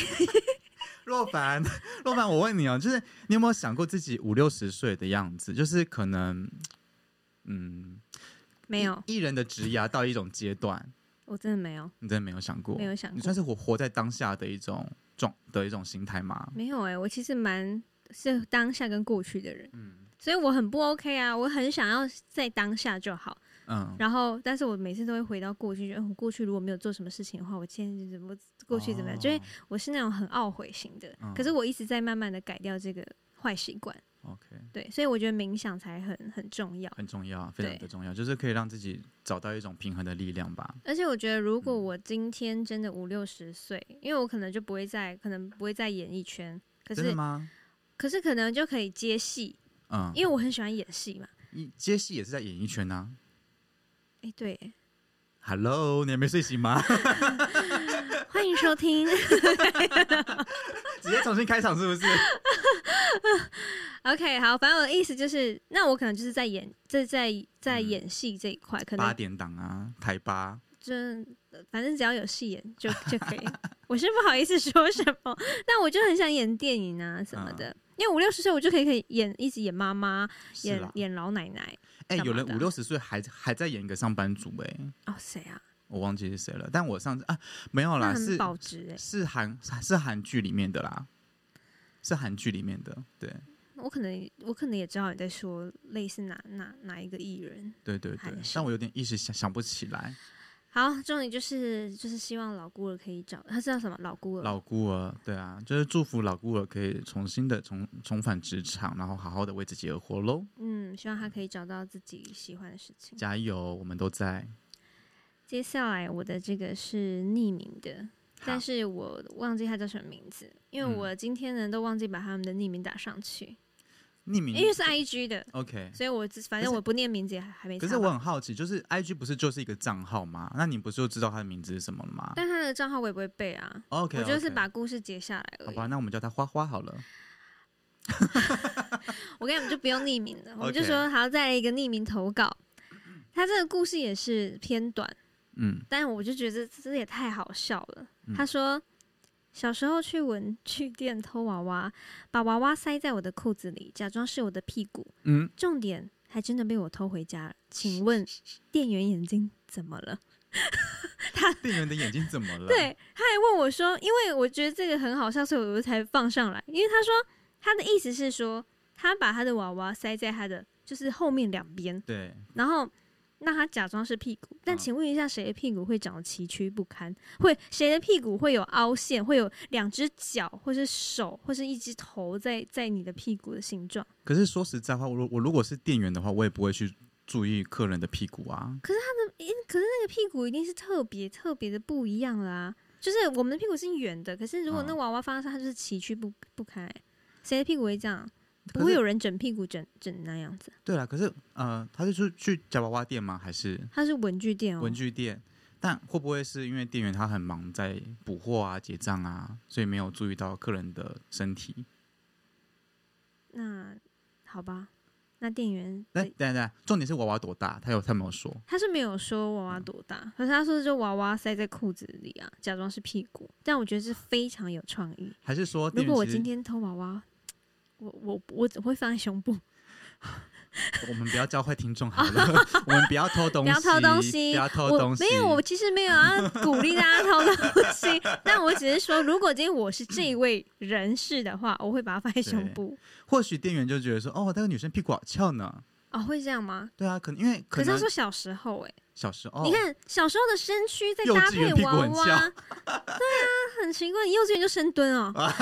Speaker 3: 若凡， 若凡，我问你哦，就是你有没有想过自己五六十岁的样子？就是可能，嗯，
Speaker 2: 没有，
Speaker 3: 艺人的职涯到一种阶段，
Speaker 2: 我真的没有，
Speaker 3: 你真的没有想过？
Speaker 2: 没有想
Speaker 3: 你
Speaker 2: 过
Speaker 3: 算，是活活在当下的一种状的一种心态吗？
Speaker 2: 没有哎、我其实蛮是当下跟过去的人，
Speaker 3: 嗯
Speaker 2: 所以我很不 OK 啊，我很想要在当下就好。
Speaker 3: 嗯，
Speaker 2: 然后，但是我每次都会回到过去，觉得嗯我过去如果没有做什么事情的话，我现在就怎么过去怎么样，就是我是那种很懊悔型的，
Speaker 3: 哦嗯
Speaker 2: 可是我一直在慢慢的改掉这个坏习惯，
Speaker 3: 哦 OK，
Speaker 2: 对，所以我觉得冥想才很很重要。
Speaker 3: 很重要，非常
Speaker 2: 对
Speaker 3: 的重要，就是可以让自己找到一种平衡的力量吧。
Speaker 2: 而且我觉得，如
Speaker 3: 嗯
Speaker 2: 果我今天真的五六十岁，因为我可能就不会在，可能不会在演艺圈，可
Speaker 3: 真的
Speaker 2: 是
Speaker 3: 吗？
Speaker 2: 可是可能就可以接戏，
Speaker 3: 嗯，
Speaker 2: 因为我很喜欢演戏嘛。
Speaker 3: 你接戏也是在演艺圈啊。
Speaker 2: 哎、对耶，
Speaker 3: Hello，你还没睡醒吗？
Speaker 2: 欢迎收听。
Speaker 3: 直接重新开场是不是？
Speaker 2: OK，好，反正我的意思就是，那我可能就是在演，在在在
Speaker 3: 嗯
Speaker 2: 演戏这一块，可
Speaker 3: 八
Speaker 2: 能
Speaker 3: 点档啊，台八。
Speaker 2: 就是反正只要有戏演 就就可以。我是不好意思说什么，但我就很想演电影啊什么的，因为五六十岁我就可以可以演一直演妈妈，
Speaker 3: 是
Speaker 2: 演
Speaker 3: 啦。
Speaker 2: 演老奶奶。
Speaker 3: 哎、
Speaker 2: 干嘛
Speaker 3: 有人
Speaker 2: 的啊
Speaker 3: 五六十岁还还在演一个上班族哎、
Speaker 2: 哦，谁啊？我
Speaker 3: 我忘记是谁了。但我上次啊，没有
Speaker 2: 那
Speaker 3: 啦，
Speaker 2: 很
Speaker 3: 是
Speaker 2: 保值哎、
Speaker 3: 是韩是韩剧里面的啦，是韩剧里面的。对
Speaker 2: 我可能我可能也知道你在说类似哪哪哪一个艺人。
Speaker 3: 对对对
Speaker 2: 韩，
Speaker 3: 但
Speaker 2: 系
Speaker 3: 我有点一时想想不起来。
Speaker 2: 好，重点就是就是希望老孤儿可以找他是叫什么老孤儿，
Speaker 3: 老孤儿，对啊，就是祝福老孤儿可以重新的重重返职场，然后好好的为自己而活喽，
Speaker 2: 嗯，希望他可以找到自己喜欢的事情。哎
Speaker 3: 加油，我们都在。
Speaker 2: 接下来我的这个是匿名的，但是我忘记他叫什么名字，因为
Speaker 3: 嗯
Speaker 2: 我今天呢都忘记把他们的匿名打上去，
Speaker 3: 匿名
Speaker 2: 因为是 IG 的，
Speaker 3: OK。
Speaker 2: 所以我只反正我不念名字也还还没
Speaker 3: 可
Speaker 2: 查
Speaker 3: 是我
Speaker 2: 吧。
Speaker 3: 很好奇，就是 I G 不是就是一个账号吗？那你不是就知道他的名字是什么了吗
Speaker 2: 但他的账号我也不会背啊，
Speaker 3: ？OK，
Speaker 2: 我就是把
Speaker 3: OK
Speaker 2: 故事截下来而
Speaker 3: 好
Speaker 2: 已。
Speaker 3: 吧，那我们叫他花花好了。
Speaker 2: 我跟你们就不用匿名了，我们就
Speaker 3: OK
Speaker 2: 说好再来一个匿名投稿。他这个故事也是偏短，
Speaker 3: 嗯，
Speaker 2: 但我就觉得这也太好笑了。
Speaker 3: 嗯
Speaker 2: 他说，小时候去文具店偷娃娃，把娃娃塞在我的裤子里，假装是我的屁股，
Speaker 3: 嗯，
Speaker 2: 重点还真的被我偷回家了。请问店员眼睛怎么了？
Speaker 3: 店员的眼睛怎么了？
Speaker 2: 对，他还问我说，因为我觉得这个很好笑，所以我才放上来。因为他说他的意思是说，他把他的娃娃塞在他的就是后面两边，
Speaker 3: 对，
Speaker 2: 然后让他假装是屁股。但
Speaker 3: 嗯
Speaker 2: 请问一下，谁的屁股会长得崎岖不堪？会谁的屁股会有凹陷？会有两只脚，或是手，或是一只头在在你的屁股的形状？
Speaker 3: 可是说实在话，我如我如果是店员的话，我也不会去注意客人的屁股啊。
Speaker 2: 诶可是那个屁股一定是特别特别的不一样啦、就是我们的屁股是圆的，可是如果那
Speaker 3: 嗯
Speaker 2: 娃娃放在上，它就是崎岖不不堪、欸。谁的屁股会这样？
Speaker 3: 可
Speaker 2: 不会
Speaker 3: 是
Speaker 2: 有人整屁股整整那样子。
Speaker 3: 对啦，可是呃，他是去去夹娃娃店吗？还是
Speaker 2: 它是文具店哦、
Speaker 3: 文具店？但会不会是因为店员他很忙，在补货啊、结账啊，所以没有注意到客人的身体？
Speaker 2: 那好吧，那店员
Speaker 3: 那等一下等一下，重点是娃娃多大？他有他没有说？
Speaker 2: 他是没有说娃娃多大，可是他说就娃娃塞在裤子里啊，假装是屁股。但我觉得是非常有创意。
Speaker 3: 还是说
Speaker 2: 如
Speaker 3: 店
Speaker 2: 果我
Speaker 3: 员其实
Speaker 2: 今天偷娃娃，我我我只会放在胸部。
Speaker 3: 我们不要教坏听众好了，我们不要偷东
Speaker 2: 不
Speaker 3: 西，
Speaker 2: 要偷东西
Speaker 3: 不要偷
Speaker 2: 我
Speaker 3: 东西。
Speaker 2: 没有，我其实没有要鼓励大家偷东 西，但我只是说，如果今天我是这一位人士的话，我会把它放在胸
Speaker 3: 对
Speaker 2: 部。
Speaker 3: 或许店员就觉得说，哦，那个女生屁股好翘呢。
Speaker 2: 哦，会这样吗？
Speaker 3: 对啊，可能因为
Speaker 2: 可
Speaker 3: 可
Speaker 2: 是
Speaker 3: 能
Speaker 2: 他说小时候、欸，
Speaker 3: 小时哦候，
Speaker 2: 你看小时候的身躯再
Speaker 3: 幼
Speaker 2: 搭
Speaker 3: 稚园
Speaker 2: 配
Speaker 3: 屁股
Speaker 2: 娃
Speaker 3: 很翘
Speaker 2: 娃，对啊，很奇怪，你幼稚园就深蹲哦，
Speaker 3: 啊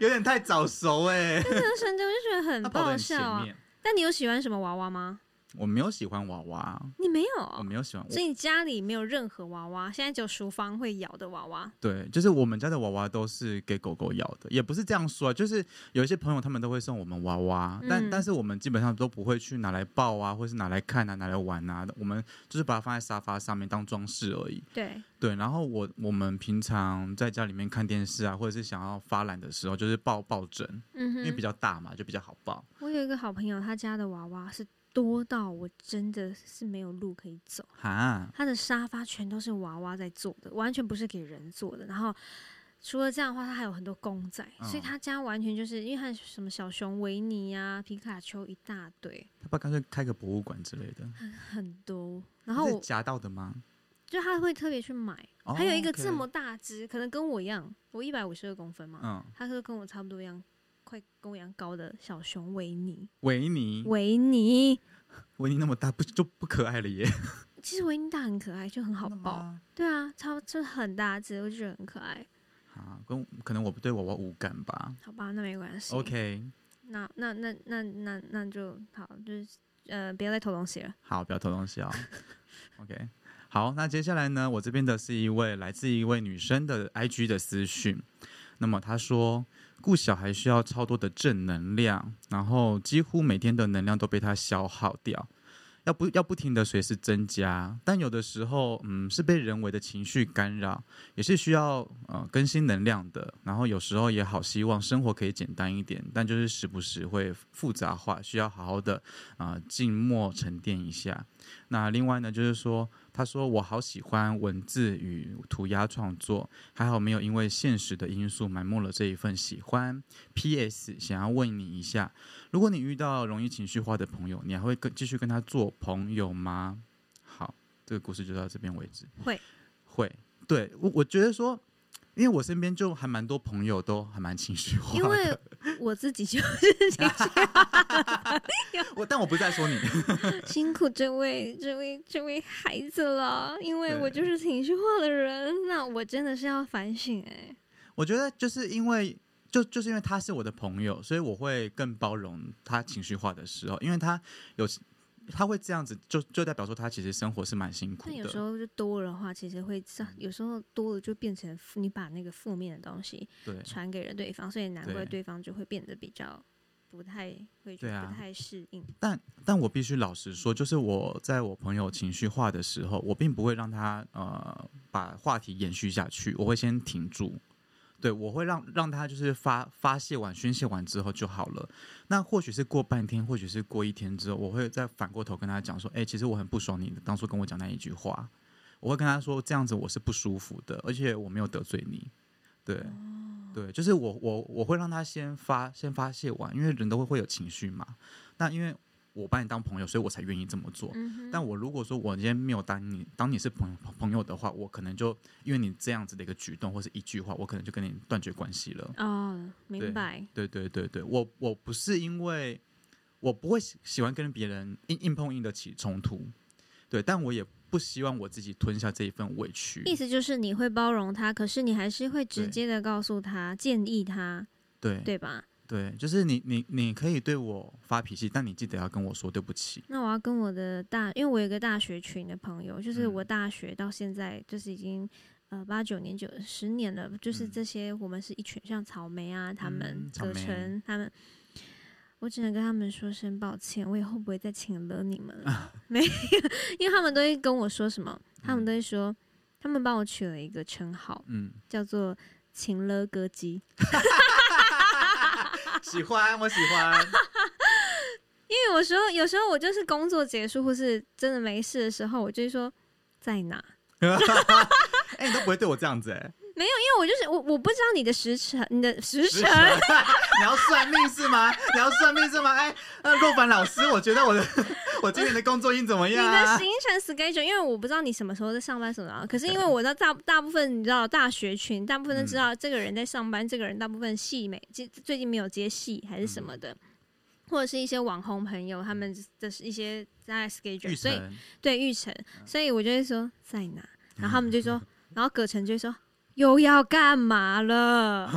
Speaker 3: 有点太早熟哎、
Speaker 2: 真的深蹲我就觉得很
Speaker 3: 他跑得
Speaker 2: 爆
Speaker 3: 很前
Speaker 2: 笑啊。
Speaker 3: 面。
Speaker 2: 但你有喜欢什么娃娃吗？
Speaker 3: 我没有喜欢娃娃，
Speaker 2: 你没有
Speaker 3: 我
Speaker 2: 哦，
Speaker 3: 没有喜欢。嗯我
Speaker 2: 所以你家里没有任何娃娃，现在只有厨房会咬的娃娃。
Speaker 3: 对，就是我们家的娃娃都是给狗狗咬的，也不是这样说啊，就是有一些朋友他们都会送我们娃娃，但
Speaker 2: 嗯
Speaker 3: 但是我们基本上都不会去拿来抱啊，或是拿来看啊，拿来玩啊，我们就是把它放在沙发上面当装饰而已。
Speaker 2: 对，
Speaker 3: 对，然后我我们平常在家里面看电视啊，或者是想要发懒的时候，就是抱抱枕，
Speaker 2: 嗯
Speaker 3: 因为比
Speaker 2: 哼，
Speaker 3: 较大嘛，就比较好抱。
Speaker 2: 我有一个好朋友，他家的娃娃是多到我真的是没有路可以走，
Speaker 3: 哈，
Speaker 2: 他的沙发全都是娃娃在做的，完全不是给人做的。然后除了这样的话，他还有很多公仔，所以
Speaker 3: 嗯
Speaker 2: 他家完全就是因为他什么小熊维尼呀、皮卡丘一大堆，
Speaker 3: 他爸干脆开个博物馆之类的，
Speaker 2: 很多。然后
Speaker 3: 是
Speaker 2: 我
Speaker 3: 夹到的吗？
Speaker 2: 就他会特别去买，
Speaker 3: 哦
Speaker 2: 还有一个
Speaker 3: OK
Speaker 2: 这么大只，可能跟我一样，我一百五十二公分嘛，
Speaker 3: 嗯，
Speaker 2: 他是跟我差不多一样，快跟我一样高的小熊维尼。
Speaker 3: 维尼，
Speaker 2: 维尼，
Speaker 3: 维尼那么大，不就不可爱了耶？
Speaker 2: 其实维尼大很可爱，就很好
Speaker 3: 真的
Speaker 2: 抱。
Speaker 3: 吗
Speaker 2: 对啊，超就是很大只，我就觉得很可爱。
Speaker 3: 啊，跟可能我对娃娃无感吧。
Speaker 2: 好吧，那没关系。
Speaker 3: OK，
Speaker 2: 那那那那那那就好，就是呃，不要再偷东西了。
Speaker 3: 好，不要偷东西哦。OK，好，那接下来呢，我这边的是一位来自一位女生的 IG 的私讯。那么她说，顾小孩需要超多的正能量，然后几乎每天的能量都被她消耗掉，要不要不停的随时增加，但有的时候，嗯，是被人为的情绪干扰，也是需要呃更新能量的。然后有时候也好希望生活可以简单一点，但就是时不时会复杂化，需要好好的啊、静默沉淀一下。那另外呢，就是说，他说我好喜欢文字与涂鸦创作，还好没有因为现实的因素埋没了这一份喜欢。P.S. 想要问你一下，如果你遇到容易情绪化的朋友，你还会跟继续跟他做朋友吗？好，这个故事就到这边为止。
Speaker 2: 会
Speaker 3: 会，对我我觉得说。因为我身边就还蛮多朋友都还蛮情绪化
Speaker 2: 因
Speaker 3: 的，
Speaker 2: 为我自己就是 情绪
Speaker 3: 我但我不是在说你，
Speaker 2: 辛苦这位这位这位孩子了，因为我
Speaker 3: 对
Speaker 2: 就是情绪化的人，那我真的是要反省哎、
Speaker 3: 我觉得就是因为就就是因为他是我的朋友，所以我会更包容他情绪化的时候，因为他有他会这样子，就就代表说他其实生活是蛮辛苦
Speaker 2: 但有时
Speaker 3: 的。嗯
Speaker 2: 候就多了的话，其实会上，有时候多了就变成负你把那个负面的东西
Speaker 3: 对，
Speaker 2: 传给了对方，所以难怪
Speaker 3: 嗯对
Speaker 2: 对方就会变得比较不太会去，
Speaker 3: 对啊
Speaker 2: 不太适应。
Speaker 3: 但但我必须老实说，就是我在我朋友情绪化的时候，我并不会让他呃把话题延续下去，我会先停住。对，我会让让他就是发发泄完、宣泄完之后就好了。那或许是过半天，或许是过一天之后，我会再反过头跟他讲说：“哎、其实我很不爽你当初跟我讲那一句话。”我会跟他说：“这样子我是不舒服的，而且我没有得罪你。”对，对，就是我我我会让他先发先发泄完，因为人都会会有情绪嘛。那因为我把你当朋友，所以我才愿意这么做。
Speaker 2: 嗯哼，
Speaker 3: 但我如果说我今天没有当你当你是朋友朋友的话，我可能就因为你这样子的一个举动或是一句话，我可能就跟你断绝关系了。
Speaker 2: 哦，明白。
Speaker 3: 对对对对，我我不是因为我不会喜喜欢跟别人硬硬碰硬的起冲突，对，但我也不希望我自己吞下这一份委屈。
Speaker 2: 意思就是你会包容他，可是你还是会直
Speaker 3: 对
Speaker 2: 接的告诉他、建议他，
Speaker 3: 对
Speaker 2: 对吧？
Speaker 3: 对，就是你你你可以对我发脾气，但你记得要跟我说对不起。
Speaker 2: 那我要跟我的大，因为我有一个大学群的朋友，就是
Speaker 3: 嗯
Speaker 2: 我大学到现在就是已经呃八九年九十年了，就是
Speaker 3: 嗯
Speaker 2: 这些我们是一群像草莓啊，他们
Speaker 3: 嗯草
Speaker 2: 葛
Speaker 3: 莓
Speaker 2: 晨他们。我只能跟他们说声抱歉，我以后不会再请了你们了。 没有，因为他们都会跟我说什么，他们
Speaker 3: 嗯
Speaker 2: 都会说，他们帮我取了一个称号，
Speaker 3: 嗯，
Speaker 2: 叫做“请了歌姬”。
Speaker 3: 喜欢我喜欢，
Speaker 2: 因为有时候，有时候我就是工作结束或是真的没事的时候，我就会说在哪，
Speaker 3: 哎、你都不会对我这样子哎、
Speaker 2: 因为我就是我，我不知道你的时辰，你的时辰，
Speaker 3: 你要算命是吗？你要算命是吗？哎、那若凡老师，我觉得我的 我今年的工作运怎么
Speaker 2: 你
Speaker 3: 样
Speaker 2: 的
Speaker 3: 啊？
Speaker 2: 行程 schedule，因为我不知道你什么时候在上班什么的。可是因为我知道大大部分你知道大学群，大部分都知道这个人在上班，这个人大部分戏没最最近没有接戏还是什么的，或者是一些网红朋友他们的一些在 schedule，
Speaker 3: 玉
Speaker 2: 所以
Speaker 3: 成，
Speaker 2: 对玉成，所以我就会说在哪，然后他们就说，然后葛晨就会说又要干嘛了，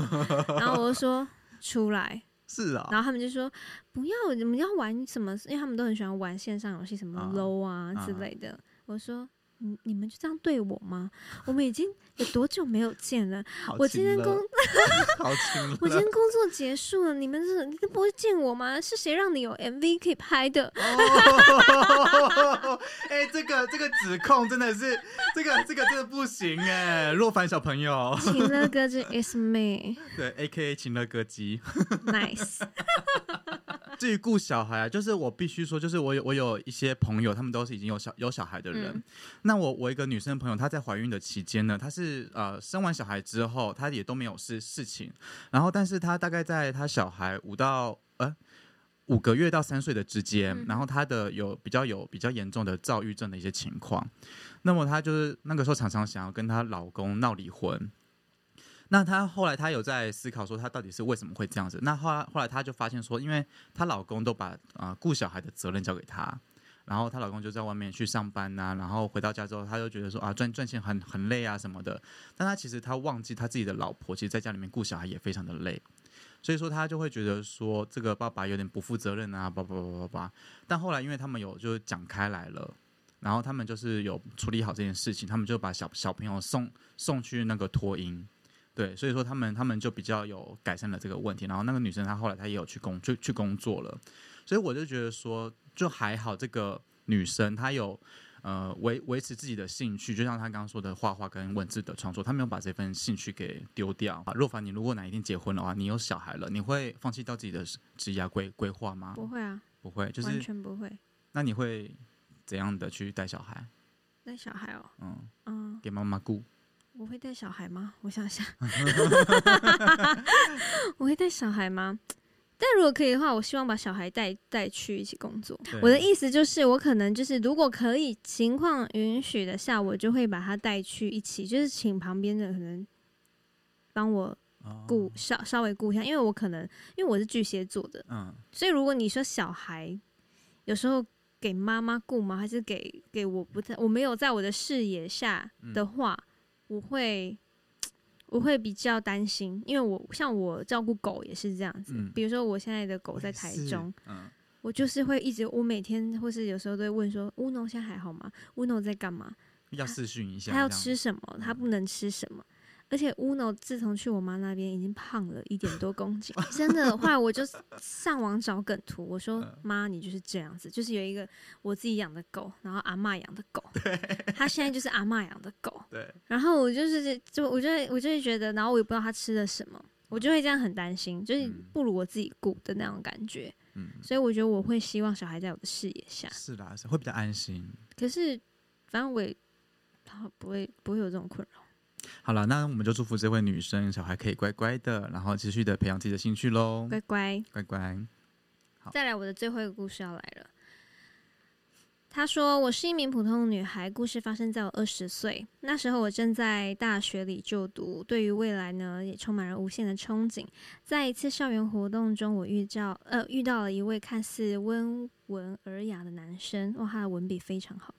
Speaker 2: 然后我就说出来，
Speaker 3: 是啊、
Speaker 2: 然后他们就说不要，我们要玩什么？因为他们都很喜欢玩线上游戏，什么
Speaker 3: 啊
Speaker 2: LO 啊之
Speaker 3: 啊
Speaker 2: 类的。我说。你你们就这样对我吗？我们已经有多久没有见了？
Speaker 3: 好
Speaker 2: 我今天
Speaker 3: 亲了
Speaker 2: 工，
Speaker 3: 好亲了，
Speaker 2: 我今天工作结束了，你们是你都不会见我吗？是谁让你有 MV 可以拍 的？
Speaker 3: 哦， 哎、这个这个指控真的是，这个这个真的不行哎、若凡小朋友，
Speaker 2: 情乐哥这 is me，nice。
Speaker 3: 对，A K A 情乐歌姬。 至于顾小孩啊，就是我必须说，就是我有我有一些朋友，他们都是已经有小有小孩的人。
Speaker 2: 嗯
Speaker 3: 那我我一个女生朋友，她在怀孕的期间呢，她是呃生完小孩之后，她也都没有事事情。然后，但是她大概在她小孩五到呃五个月到三岁的之间，
Speaker 2: 嗯
Speaker 3: 然后她的有比较有比较严重的躁郁症的一些情况。那么她就是那个时候常常想要跟她老公闹离婚。那她后来她有在思考说她到底是为什么会这样子。那后来后来她就发现说，因为她老公都把啊顾小孩的责任交给她，然后她老公就在外面去上班呐、然后回到家之后，她就觉得说啊赚赚钱很很累啊什么的。但她其实她忘记她自己的老婆，其实在家里面顾小孩也非常的累。所以说她就会觉得说这个爸爸有点不负责任啊，叭叭叭叭叭。但后来因为他们有就是讲开来了，然后他们就是有处理好这件事情，他们就把小小朋友送送去那个托婴，对，所以说他们他们就比较有改善了这个问题。然后那个女生她后来她也有去工去去工作了，所以我就觉得说就还好，这个女生她有。呃，维维持自己的兴趣，就像她刚刚说的画画跟文字的创作，她没有把这份兴趣给丢掉。啊若凡，你如果哪一天结婚的话，你有小孩了，你会放弃掉自己的职业规规划吗？
Speaker 2: 不会啊，
Speaker 3: 不会，就
Speaker 2: 完
Speaker 3: 是
Speaker 2: 全不会。
Speaker 3: 那你会怎样的去带小孩？
Speaker 2: 带小孩哦，
Speaker 3: 嗯，
Speaker 2: 嗯，
Speaker 3: 给妈妈顾。
Speaker 2: 我会带小孩吗？我想想，我会带小孩吗？但如果可以的话，我希望把小孩带带去一起工作。
Speaker 3: 对
Speaker 2: 我的意思就是，我可能就是如果可以，情况允许的下，我就会把他带去一起，就是请旁边的可能帮我
Speaker 3: 哦
Speaker 2: 顾稍稍微顾一下，因为我可能因为我是巨蟹座的，
Speaker 3: 嗯，
Speaker 2: 所以如果你说小孩有时候给妈妈顾吗？还是给给我不在我没有在我的视野下
Speaker 3: 嗯
Speaker 2: 的话，我会我会比较担心，因为我像我照顾狗也是这样子。
Speaker 3: 嗯
Speaker 2: 比如说我现在的狗
Speaker 3: 我
Speaker 2: 在
Speaker 3: 也
Speaker 2: 台
Speaker 3: 是
Speaker 2: 中，，
Speaker 3: 嗯，
Speaker 2: 我我就是会一直，我每天或是有时候都会问说，乌农现在还好吗？乌农在干嘛？
Speaker 3: 要试训一下，
Speaker 2: 他要
Speaker 3: 这样嗯
Speaker 2: 吃什么？他不能吃什么？而且乌诺自从去我妈那边已经胖了一点多公 斤，真的。后来我就上网找梗图，我说
Speaker 3: 嗯
Speaker 2: 妈，你就是这样子，就是有一个我自己养的狗，然后阿嬷养的狗，他现在就是阿嬷养的狗。
Speaker 3: 对，
Speaker 2: 然后我就是就我就会我就会觉得，然后我也不知道他吃了什么，我就会这样很担心，就是
Speaker 3: 嗯
Speaker 2: 不如我自己顾的那种感觉。
Speaker 3: 嗯，
Speaker 2: 所以我觉得我会希望小孩在我的视野下，
Speaker 3: 是啦，是会比较安心。
Speaker 2: 可是反正我也好不会不会有这种困扰。
Speaker 3: 好了，那我们就祝福这位女生小孩可以乖乖的，然后持续的培养自己的兴趣喽，
Speaker 2: 乖乖，
Speaker 3: 乖乖。好
Speaker 2: 再来，我的最后一个故事要来了。她说：“我是一名普通女孩，故事发生在我二十岁，那时候我正在大学里就读，对于未来呢也充满了无限的憧憬。在一次校园活动中，我遇到呃遇到了一位看似温文尔雅的男生，哇，他的文笔非常好。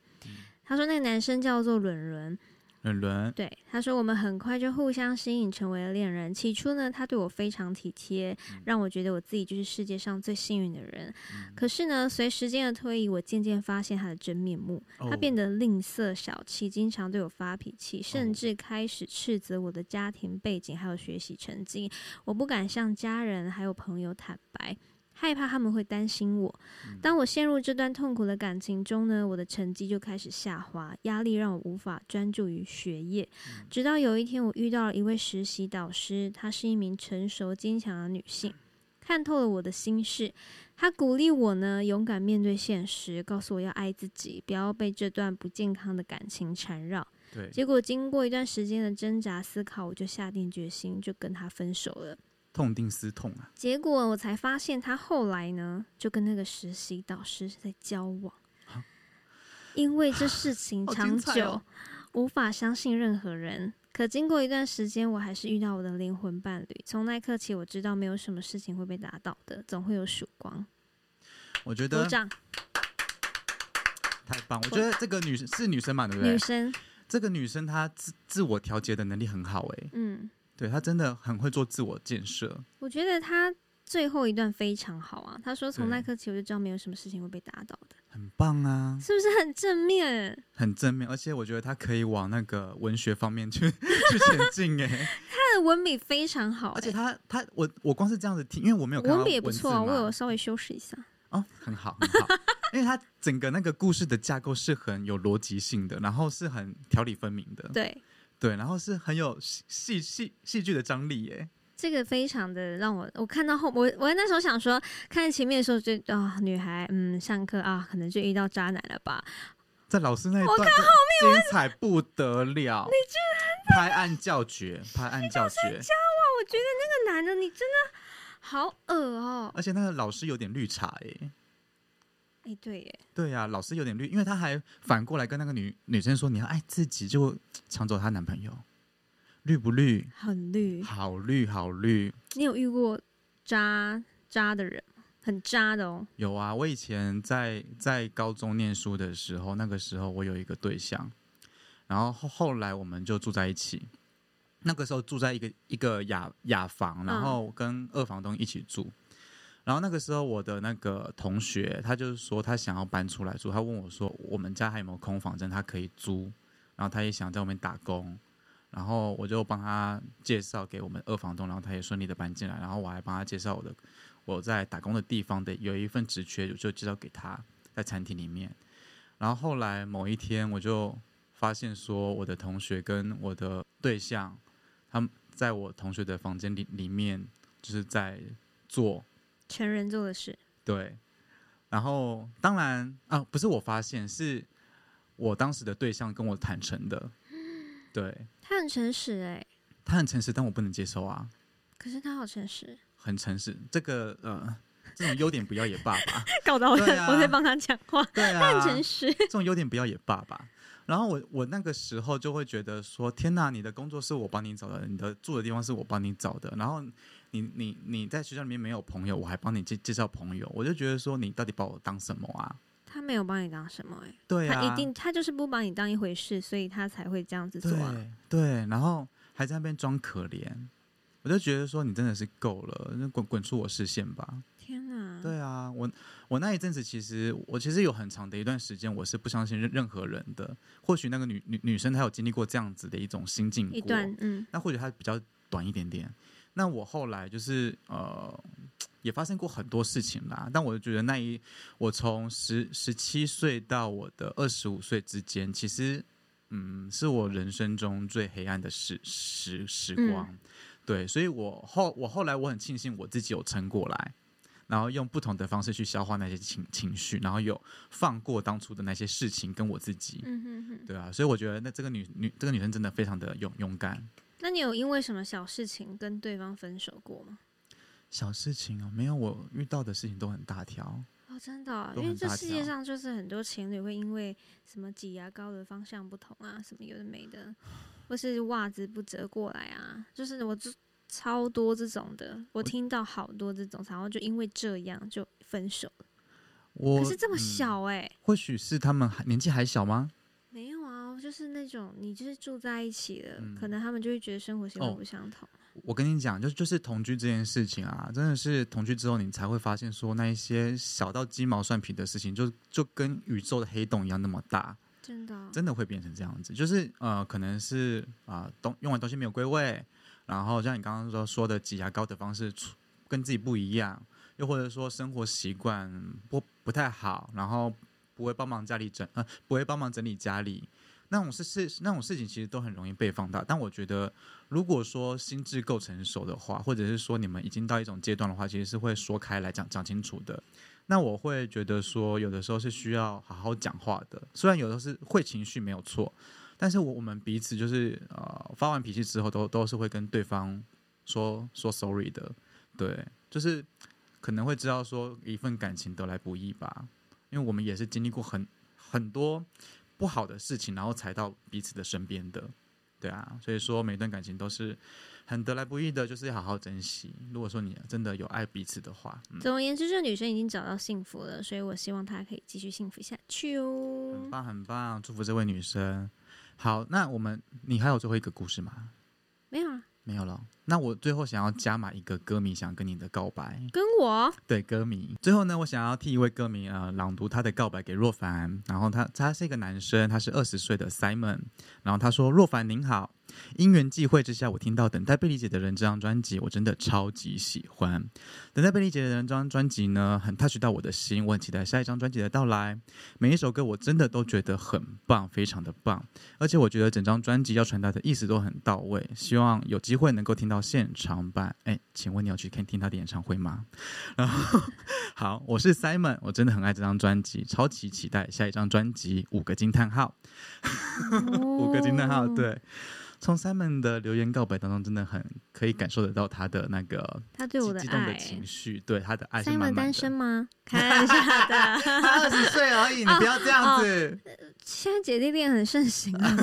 Speaker 2: 他说那个男生叫做伦伦，
Speaker 3: 伦伦，
Speaker 2: 对，他说我们很快就互相吸引，成为了恋人。起初呢，他对我非常体贴，让我觉得我自己就是世界上最幸运的人。
Speaker 3: 嗯
Speaker 2: 可是呢，随时间的推移，我渐渐发现他的真面目。
Speaker 3: 哦
Speaker 2: 他变得吝啬小气，经常对我发脾气，
Speaker 3: 哦
Speaker 2: 甚至开始斥责我的家庭背景还有学习成绩。我不敢向家人还有朋友坦白。害怕他们会担心我。当我陷入这段痛苦的感情中呢，我的成绩就开始下滑，压力让我无法专注于学业。直到有一天，我遇到了一位实习导师，她是一名成熟坚强的女性，看透了我的心事，他鼓励我呢，勇敢面对现实，告诉我要爱自己，不要被这段不健康的感情缠绕。
Speaker 3: 对，
Speaker 2: 结果经过一段时间的挣扎思考，我就下定决心，就跟他分手了。
Speaker 3: 痛定思痛啊，
Speaker 2: 结果我才发现，他后来呢，就跟那个实习导师在交往
Speaker 3: 啊。
Speaker 2: 因为这事情
Speaker 3: 好
Speaker 2: 长
Speaker 3: 精彩
Speaker 2: 久，
Speaker 3: 哦
Speaker 2: 无法相信任何人。可经过一段时间，我还是遇到我的灵魂伴侣。从那一刻起，我知道没有什么事情会被打倒的，总会有曙光。
Speaker 3: 我觉
Speaker 2: 鼓
Speaker 3: 得
Speaker 2: 掌，
Speaker 3: 太棒，我觉得这个女生是女生嘛，对不对
Speaker 2: 女？生，
Speaker 3: 这个女生她自自我调节的能力很好、欸，
Speaker 2: 嗯，
Speaker 3: 对她真的很会做自我建设，
Speaker 2: 我觉得她最后一段非常好啊。她说从
Speaker 3: 对
Speaker 2: 那刻起我就知道没有什么事情会被打倒的，
Speaker 3: 很棒啊，
Speaker 2: 是不是很正面？
Speaker 3: 很正面，而且我觉得她可以往那个文学方面去 去前进、欸，
Speaker 2: 她的文笔非常好、
Speaker 3: 而且
Speaker 2: 欸
Speaker 3: 她她我我光是这样子听，因为我没有看到
Speaker 2: 文笔也不错啊，
Speaker 3: 文字
Speaker 2: 我
Speaker 3: 嘛
Speaker 2: 有稍微修饰一下。
Speaker 3: 哦，很好，很好， 因为它整个那个故事的架构是很有逻辑性的，然后是很条理分明的，
Speaker 2: 对，
Speaker 3: 对，然后是很有戏戏戏戏剧的张力耶。
Speaker 2: 这个非常的让我，我看到后，我我那时候想说，看前面的时候就啊、女孩，嗯，上课啊，可能就遇到渣男了吧？
Speaker 3: 在老师那一段，真精彩不得了，你居然拍案叫绝，拍案叫绝，
Speaker 2: 啊，我觉得那个男的，你真的好恶哦、
Speaker 3: 而且那个老师有点绿茶耶。
Speaker 2: 哎、对耶，
Speaker 3: 对呀、老师有点绿，因为他还反过来跟那个女女生说：“你要爱自己。”就抢走她男朋友，绿不绿？
Speaker 2: 很绿。
Speaker 3: 好绿，好绿。
Speaker 2: 你有遇过渣渣的人吗？很渣的哦、
Speaker 3: 有啊，我以前在在高中念书的时候，那个时候我有一个对象，然后后后来我们就住在一起。那个时候住在一个一个雅雅房，然后跟二房东一起住。然后那个时候我的那个同学，他就是说他想要搬出来住，他问我说我们家还有没有空房间，他可以租。然后他也想在外面打工，然后我就帮他介绍给我们二房东，然后他也顺利的搬进来，然后我还帮他介绍我的我在打工的地方的有一份职缺，我就介绍给他在餐厅里面。然后后来某一天，我就发现说，我的同学跟我的对象，他们在我同学的房间里里面，就是在做
Speaker 2: 成人做的事。
Speaker 3: 对，然后当然啊，不是我发现，是我当时的对象跟我坦诚的，对
Speaker 2: 他很诚实哎、
Speaker 3: 他很诚实，但我不能接受啊，
Speaker 2: 可是他好诚实，
Speaker 3: 很诚实，这个呃，这种优点不要也罢吧，
Speaker 2: 搞得我
Speaker 3: 对啊
Speaker 2: 我在帮他讲话，
Speaker 3: 对啊，
Speaker 2: 他很诚实。
Speaker 3: 这种优点不要也罢吧。然后我我那个时候就会觉得说，天哪，你的工作是我帮你找的，你的住的地方是我帮你找的，然后你你你在学校里面没有朋友，我还帮你介介绍朋友，我就觉得说你到底把我当什么啊？
Speaker 2: 他没有帮你当什么哎、
Speaker 3: 对啊，
Speaker 2: 他一定他就是不把你当一回事，所以他才会这样子做啊。
Speaker 3: 对对，然后还在那边装可怜，我就觉得说你真的是够了，那滚滚出我视线吧。
Speaker 2: 天哪！
Speaker 3: 对啊，我我那一阵子其实我其实有很长的一段时间，我是不相信任任何人的。或许那个女女女生她有经历过这样子的一种心境
Speaker 2: 一
Speaker 3: 过，
Speaker 2: 段嗯
Speaker 3: 那或许它比较短一点点。那我后来就是呃，也发生过很多事情啦。但我觉得那一我从十十七岁到我的二十五岁之间，其实嗯，是我人生中最黑暗的时时时光。对，所以我后我后来我很庆幸我自己有撑过来。然后用不同的方式去消化那些情情绪，然后有放过当初的那些事情跟我自己，
Speaker 2: 嗯哼哼。
Speaker 3: 对啊，所以我觉得那这个女女这个女生真的非常的勇勇敢，
Speaker 2: 那你有因为什么小事情跟对方分手过吗？
Speaker 3: 小事情哦，没有我遇到的事情都很大条。
Speaker 2: 哦，真的哦、
Speaker 3: 都
Speaker 2: 因为
Speaker 3: 很
Speaker 2: 这
Speaker 3: 大
Speaker 2: 世界
Speaker 3: 条
Speaker 2: 上就是很多情侣会因为什么挤牙膏的方向不同啊，什么有的没的，或是袜子不折过来啊，就是我就超多这种的，我听到好多这种，然后就因为这样就分手了。
Speaker 3: 我
Speaker 2: 可是这么
Speaker 3: 嗯
Speaker 2: 小哎、
Speaker 3: 或许是他们还年纪还小吗？
Speaker 2: 没有啊，就是那种你就是住在一起了，
Speaker 3: 嗯
Speaker 2: 可能他们就会觉得生活习
Speaker 3: 哦
Speaker 2: 惯不相同。
Speaker 3: 我跟你讲，就就是同居这件事情啊，真的是同居之后你才会发现，说那一些小到鸡毛蒜皮的事情，就就跟宇宙的黑洞一样那么大，
Speaker 2: 真的哦、
Speaker 3: 真的会变成这样子。就是呃，可能是啊、东用完东西没有归位，然后像你刚刚说说的挤牙膏的方式出跟自己不一样，又或者说生活习惯不不太好，然后不会帮忙家里整呃不会帮忙整理家里，那种事事那种事情其实都很容易被放大。但我觉得，如果说心智够成熟的话，或者是说你们已经到一种阶段的话，其实是会说开来讲讲清楚的。那我会觉得说，有的时候是需要好好讲话的，虽然有的时候是会情绪没有错，但是我我们彼此就是呃发完脾气之后都都是会跟对方说说 sorry 的，对，就是可能会知道说一份感情得来不易吧，因为我们也是经历过很很多不好的事情，然后才到彼此的身边的，对啊，所以说每段感情都是很得来不易的，就是要好好珍惜。如果说你真的有爱彼此的话，嗯，
Speaker 2: 总而言之，这女生已经找到幸福了，所以我希望她可以继续幸福下去哦。
Speaker 3: 很棒很棒，祝福这位女生。好，那我们你还有最后一个故事吗？
Speaker 2: 没有啊，
Speaker 3: 没有了。那我最后想要加码一个歌迷想跟你的告白，
Speaker 2: 跟我
Speaker 3: 对歌迷。最后呢，我想要替一位歌迷呃朗读他的告白给若凡。然后他他是一个男生，他是二十岁的 Simon。然后他说：“若凡您好，因缘际会之下，我听到《等待被理解的人》这张专辑，我真的超级喜欢。《等待被理解的人》这张专辑呢，很 touch 到我的心，我很期待下一张专辑的到来。每一首歌我真的都觉得很棒，非常的棒，而且我觉得整张专辑要传达的意思都很到位。希望有机会能够听到现场版。哎，请问你有去看听他的演唱会吗？然后好，我是 Simon，我真的很爱这张专辑，超级期待下一张专辑。五个惊叹号。” 五个惊叹号，，
Speaker 2: 哦
Speaker 3: 对。从 Simon 的留言告白当中，真的很可以感受得到他的那个
Speaker 2: 他对我
Speaker 3: 激
Speaker 2: 的
Speaker 3: 激动的
Speaker 2: 爱。
Speaker 3: 情绪，对他的爱是
Speaker 2: Simon
Speaker 3: 满满
Speaker 2: 单身
Speaker 3: 的。
Speaker 2: 吗？ 开玩笑的，
Speaker 3: 他二十岁而已，你不要这样子。
Speaker 2: 哦现在姐弟恋很盛行啊，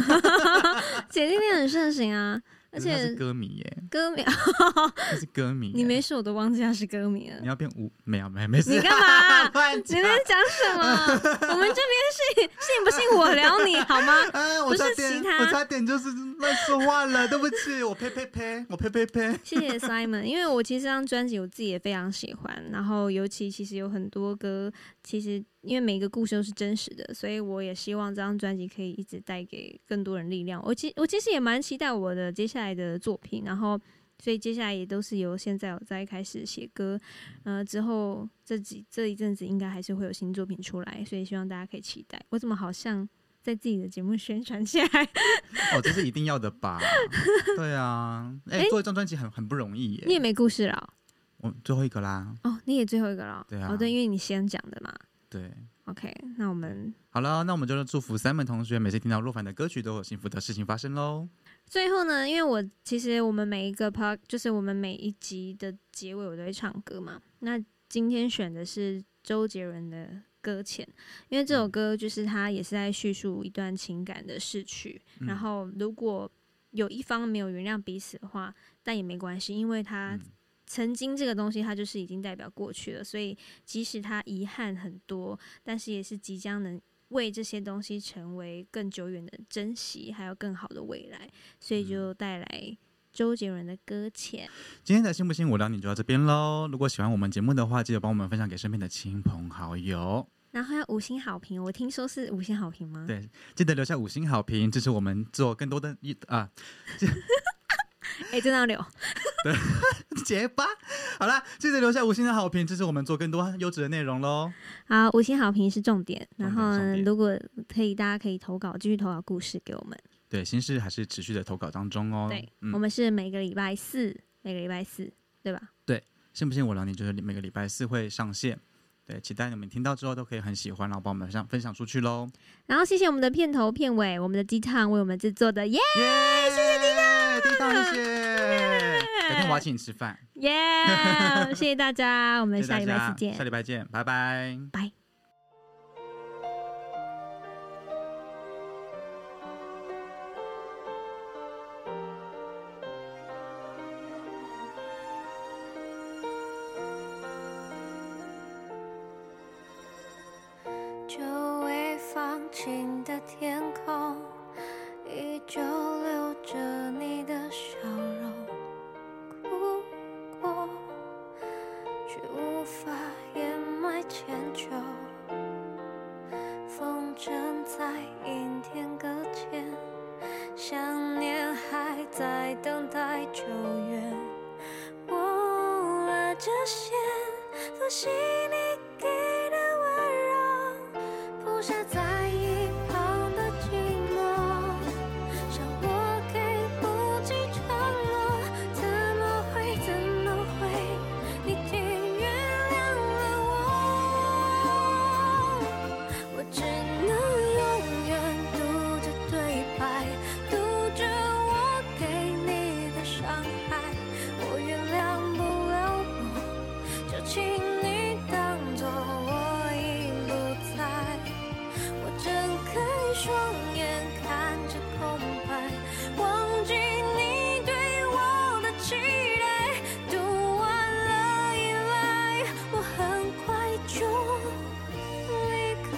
Speaker 2: 姐弟恋很盛行啊，
Speaker 3: 可
Speaker 2: 而
Speaker 3: 是他是
Speaker 2: 且
Speaker 3: 歌迷耶，
Speaker 2: 歌迷，
Speaker 3: 他是歌迷耶。
Speaker 2: 你没事我都忘记他是歌迷了
Speaker 3: 你。要变五没有没有没事。
Speaker 2: 你干嘛
Speaker 3: 乱
Speaker 2: 你
Speaker 3: 讲
Speaker 2: 们在讲什么？我们这边是信不信我聊你好吗？
Speaker 3: 啊！
Speaker 2: 不
Speaker 3: 我
Speaker 2: 是
Speaker 3: 差
Speaker 2: 其
Speaker 3: 点，
Speaker 2: 他
Speaker 3: 我差点就是乱说话了，对不起，我呸呸呸，我呸呸呸。
Speaker 2: 谢谢 Simon，因为我其实这张专辑我自己也非常喜欢，然后尤其其实有很多歌，其实因为每一个故事都是真实的，所以我也希望这张专辑可以一直带给更多人力量。我其我其实也蛮期待我的接下来的作品，然后所以接下来也都是由现在我在开始写歌，呃，之后这几这一阵子应该还是会有新作品出来，所以希望大家可以期待。我怎么好像在自己的节目宣传起来？
Speaker 3: 哦，这是一定要的吧？对啊，哎
Speaker 2: 哎，
Speaker 3: 做一张专辑很很不容易
Speaker 2: 你也
Speaker 3: 耶。
Speaker 2: 没故事了
Speaker 3: 我最后一个啦，
Speaker 2: 哦，哦你也最后一个了哦，
Speaker 3: 对啊
Speaker 2: 哦对，因为你先讲的嘛。
Speaker 3: 对。
Speaker 2: OK，那我们
Speaker 3: 好了，那我们就是祝福 Simon 同学，每次听到若凡的歌曲都有幸福的事情发生喽。
Speaker 2: 最后呢，因为我其实我们每一个 part 就是我们每一集的结尾我都会唱歌嘛。那今天选的是周杰伦的《搁浅》，因为这
Speaker 3: 嗯
Speaker 2: 首歌就是他也是在叙述一段情感的逝去。
Speaker 3: 嗯
Speaker 2: 然后如果有一方没有原谅彼此的话，但也没关系，因为他
Speaker 3: 嗯
Speaker 2: 曾经这个东西，它就是已经代表过去了，所以即使它遗憾很多，但是也是即将能为这些东
Speaker 3: 嗯
Speaker 2: 西成为更久远的珍惜，还有更好的未来，所以就带来周杰伦的搁浅。
Speaker 3: 今天的信不信我聊你就到这边喽。如果喜欢我们节目的话，记得帮我们分享给身边的亲朋好友，
Speaker 2: 然后要五星好评，我听说是五星好评吗？
Speaker 3: 对记得留下五星好评，支持我们做更多的一啊
Speaker 2: 哎，真的要留。
Speaker 3: 结巴。 好啦，记得留下五星的好评，支持我们做更多优质的内容喽。
Speaker 2: 好，五星好评是重点。然
Speaker 3: 重点
Speaker 2: 后
Speaker 3: 重
Speaker 2: 呢，
Speaker 3: 点
Speaker 2: 如果可以，大家可以投稿，继续投稿故事给我们。
Speaker 3: 对，心事还是持续的投稿当中哦。
Speaker 2: 对，我
Speaker 3: 嗯，
Speaker 2: 们是每个礼拜四，每个礼拜四，对吧？
Speaker 3: 信不信我聊你就是每个礼拜四会上线。对，期待你们听到之后都可以很喜欢，然后帮我们上分享出去喽。
Speaker 2: 然后谢谢我们的片头片尾，我们的鸡汤为我们制作的耶
Speaker 3: 耶、谢谢叮当，叮当谢谢。改天我要请你吃饭。
Speaker 2: 耶谢谢大家，我们
Speaker 3: 谢谢
Speaker 2: 下
Speaker 3: 大
Speaker 2: 礼拜
Speaker 3: 家
Speaker 2: 四见
Speaker 3: 下。礼拜见，拜拜。
Speaker 1: 久未放晴的天空，依旧留着你的笑容。哭过，却无法掩埋歉疚。风筝在阴天搁浅，想念还在等待救援。忘了这些，多谢你给的温柔。铺下在一旁的寂寞，像我给不起承诺，怎么会怎么会，你竟原谅了我？我只能永远读着对白，读着我给你的伤害，我原谅不了我。就请你当作我已不在，我睁开双眼看着空白，忘记你对我的期待。读完了依赖，我很快就离开。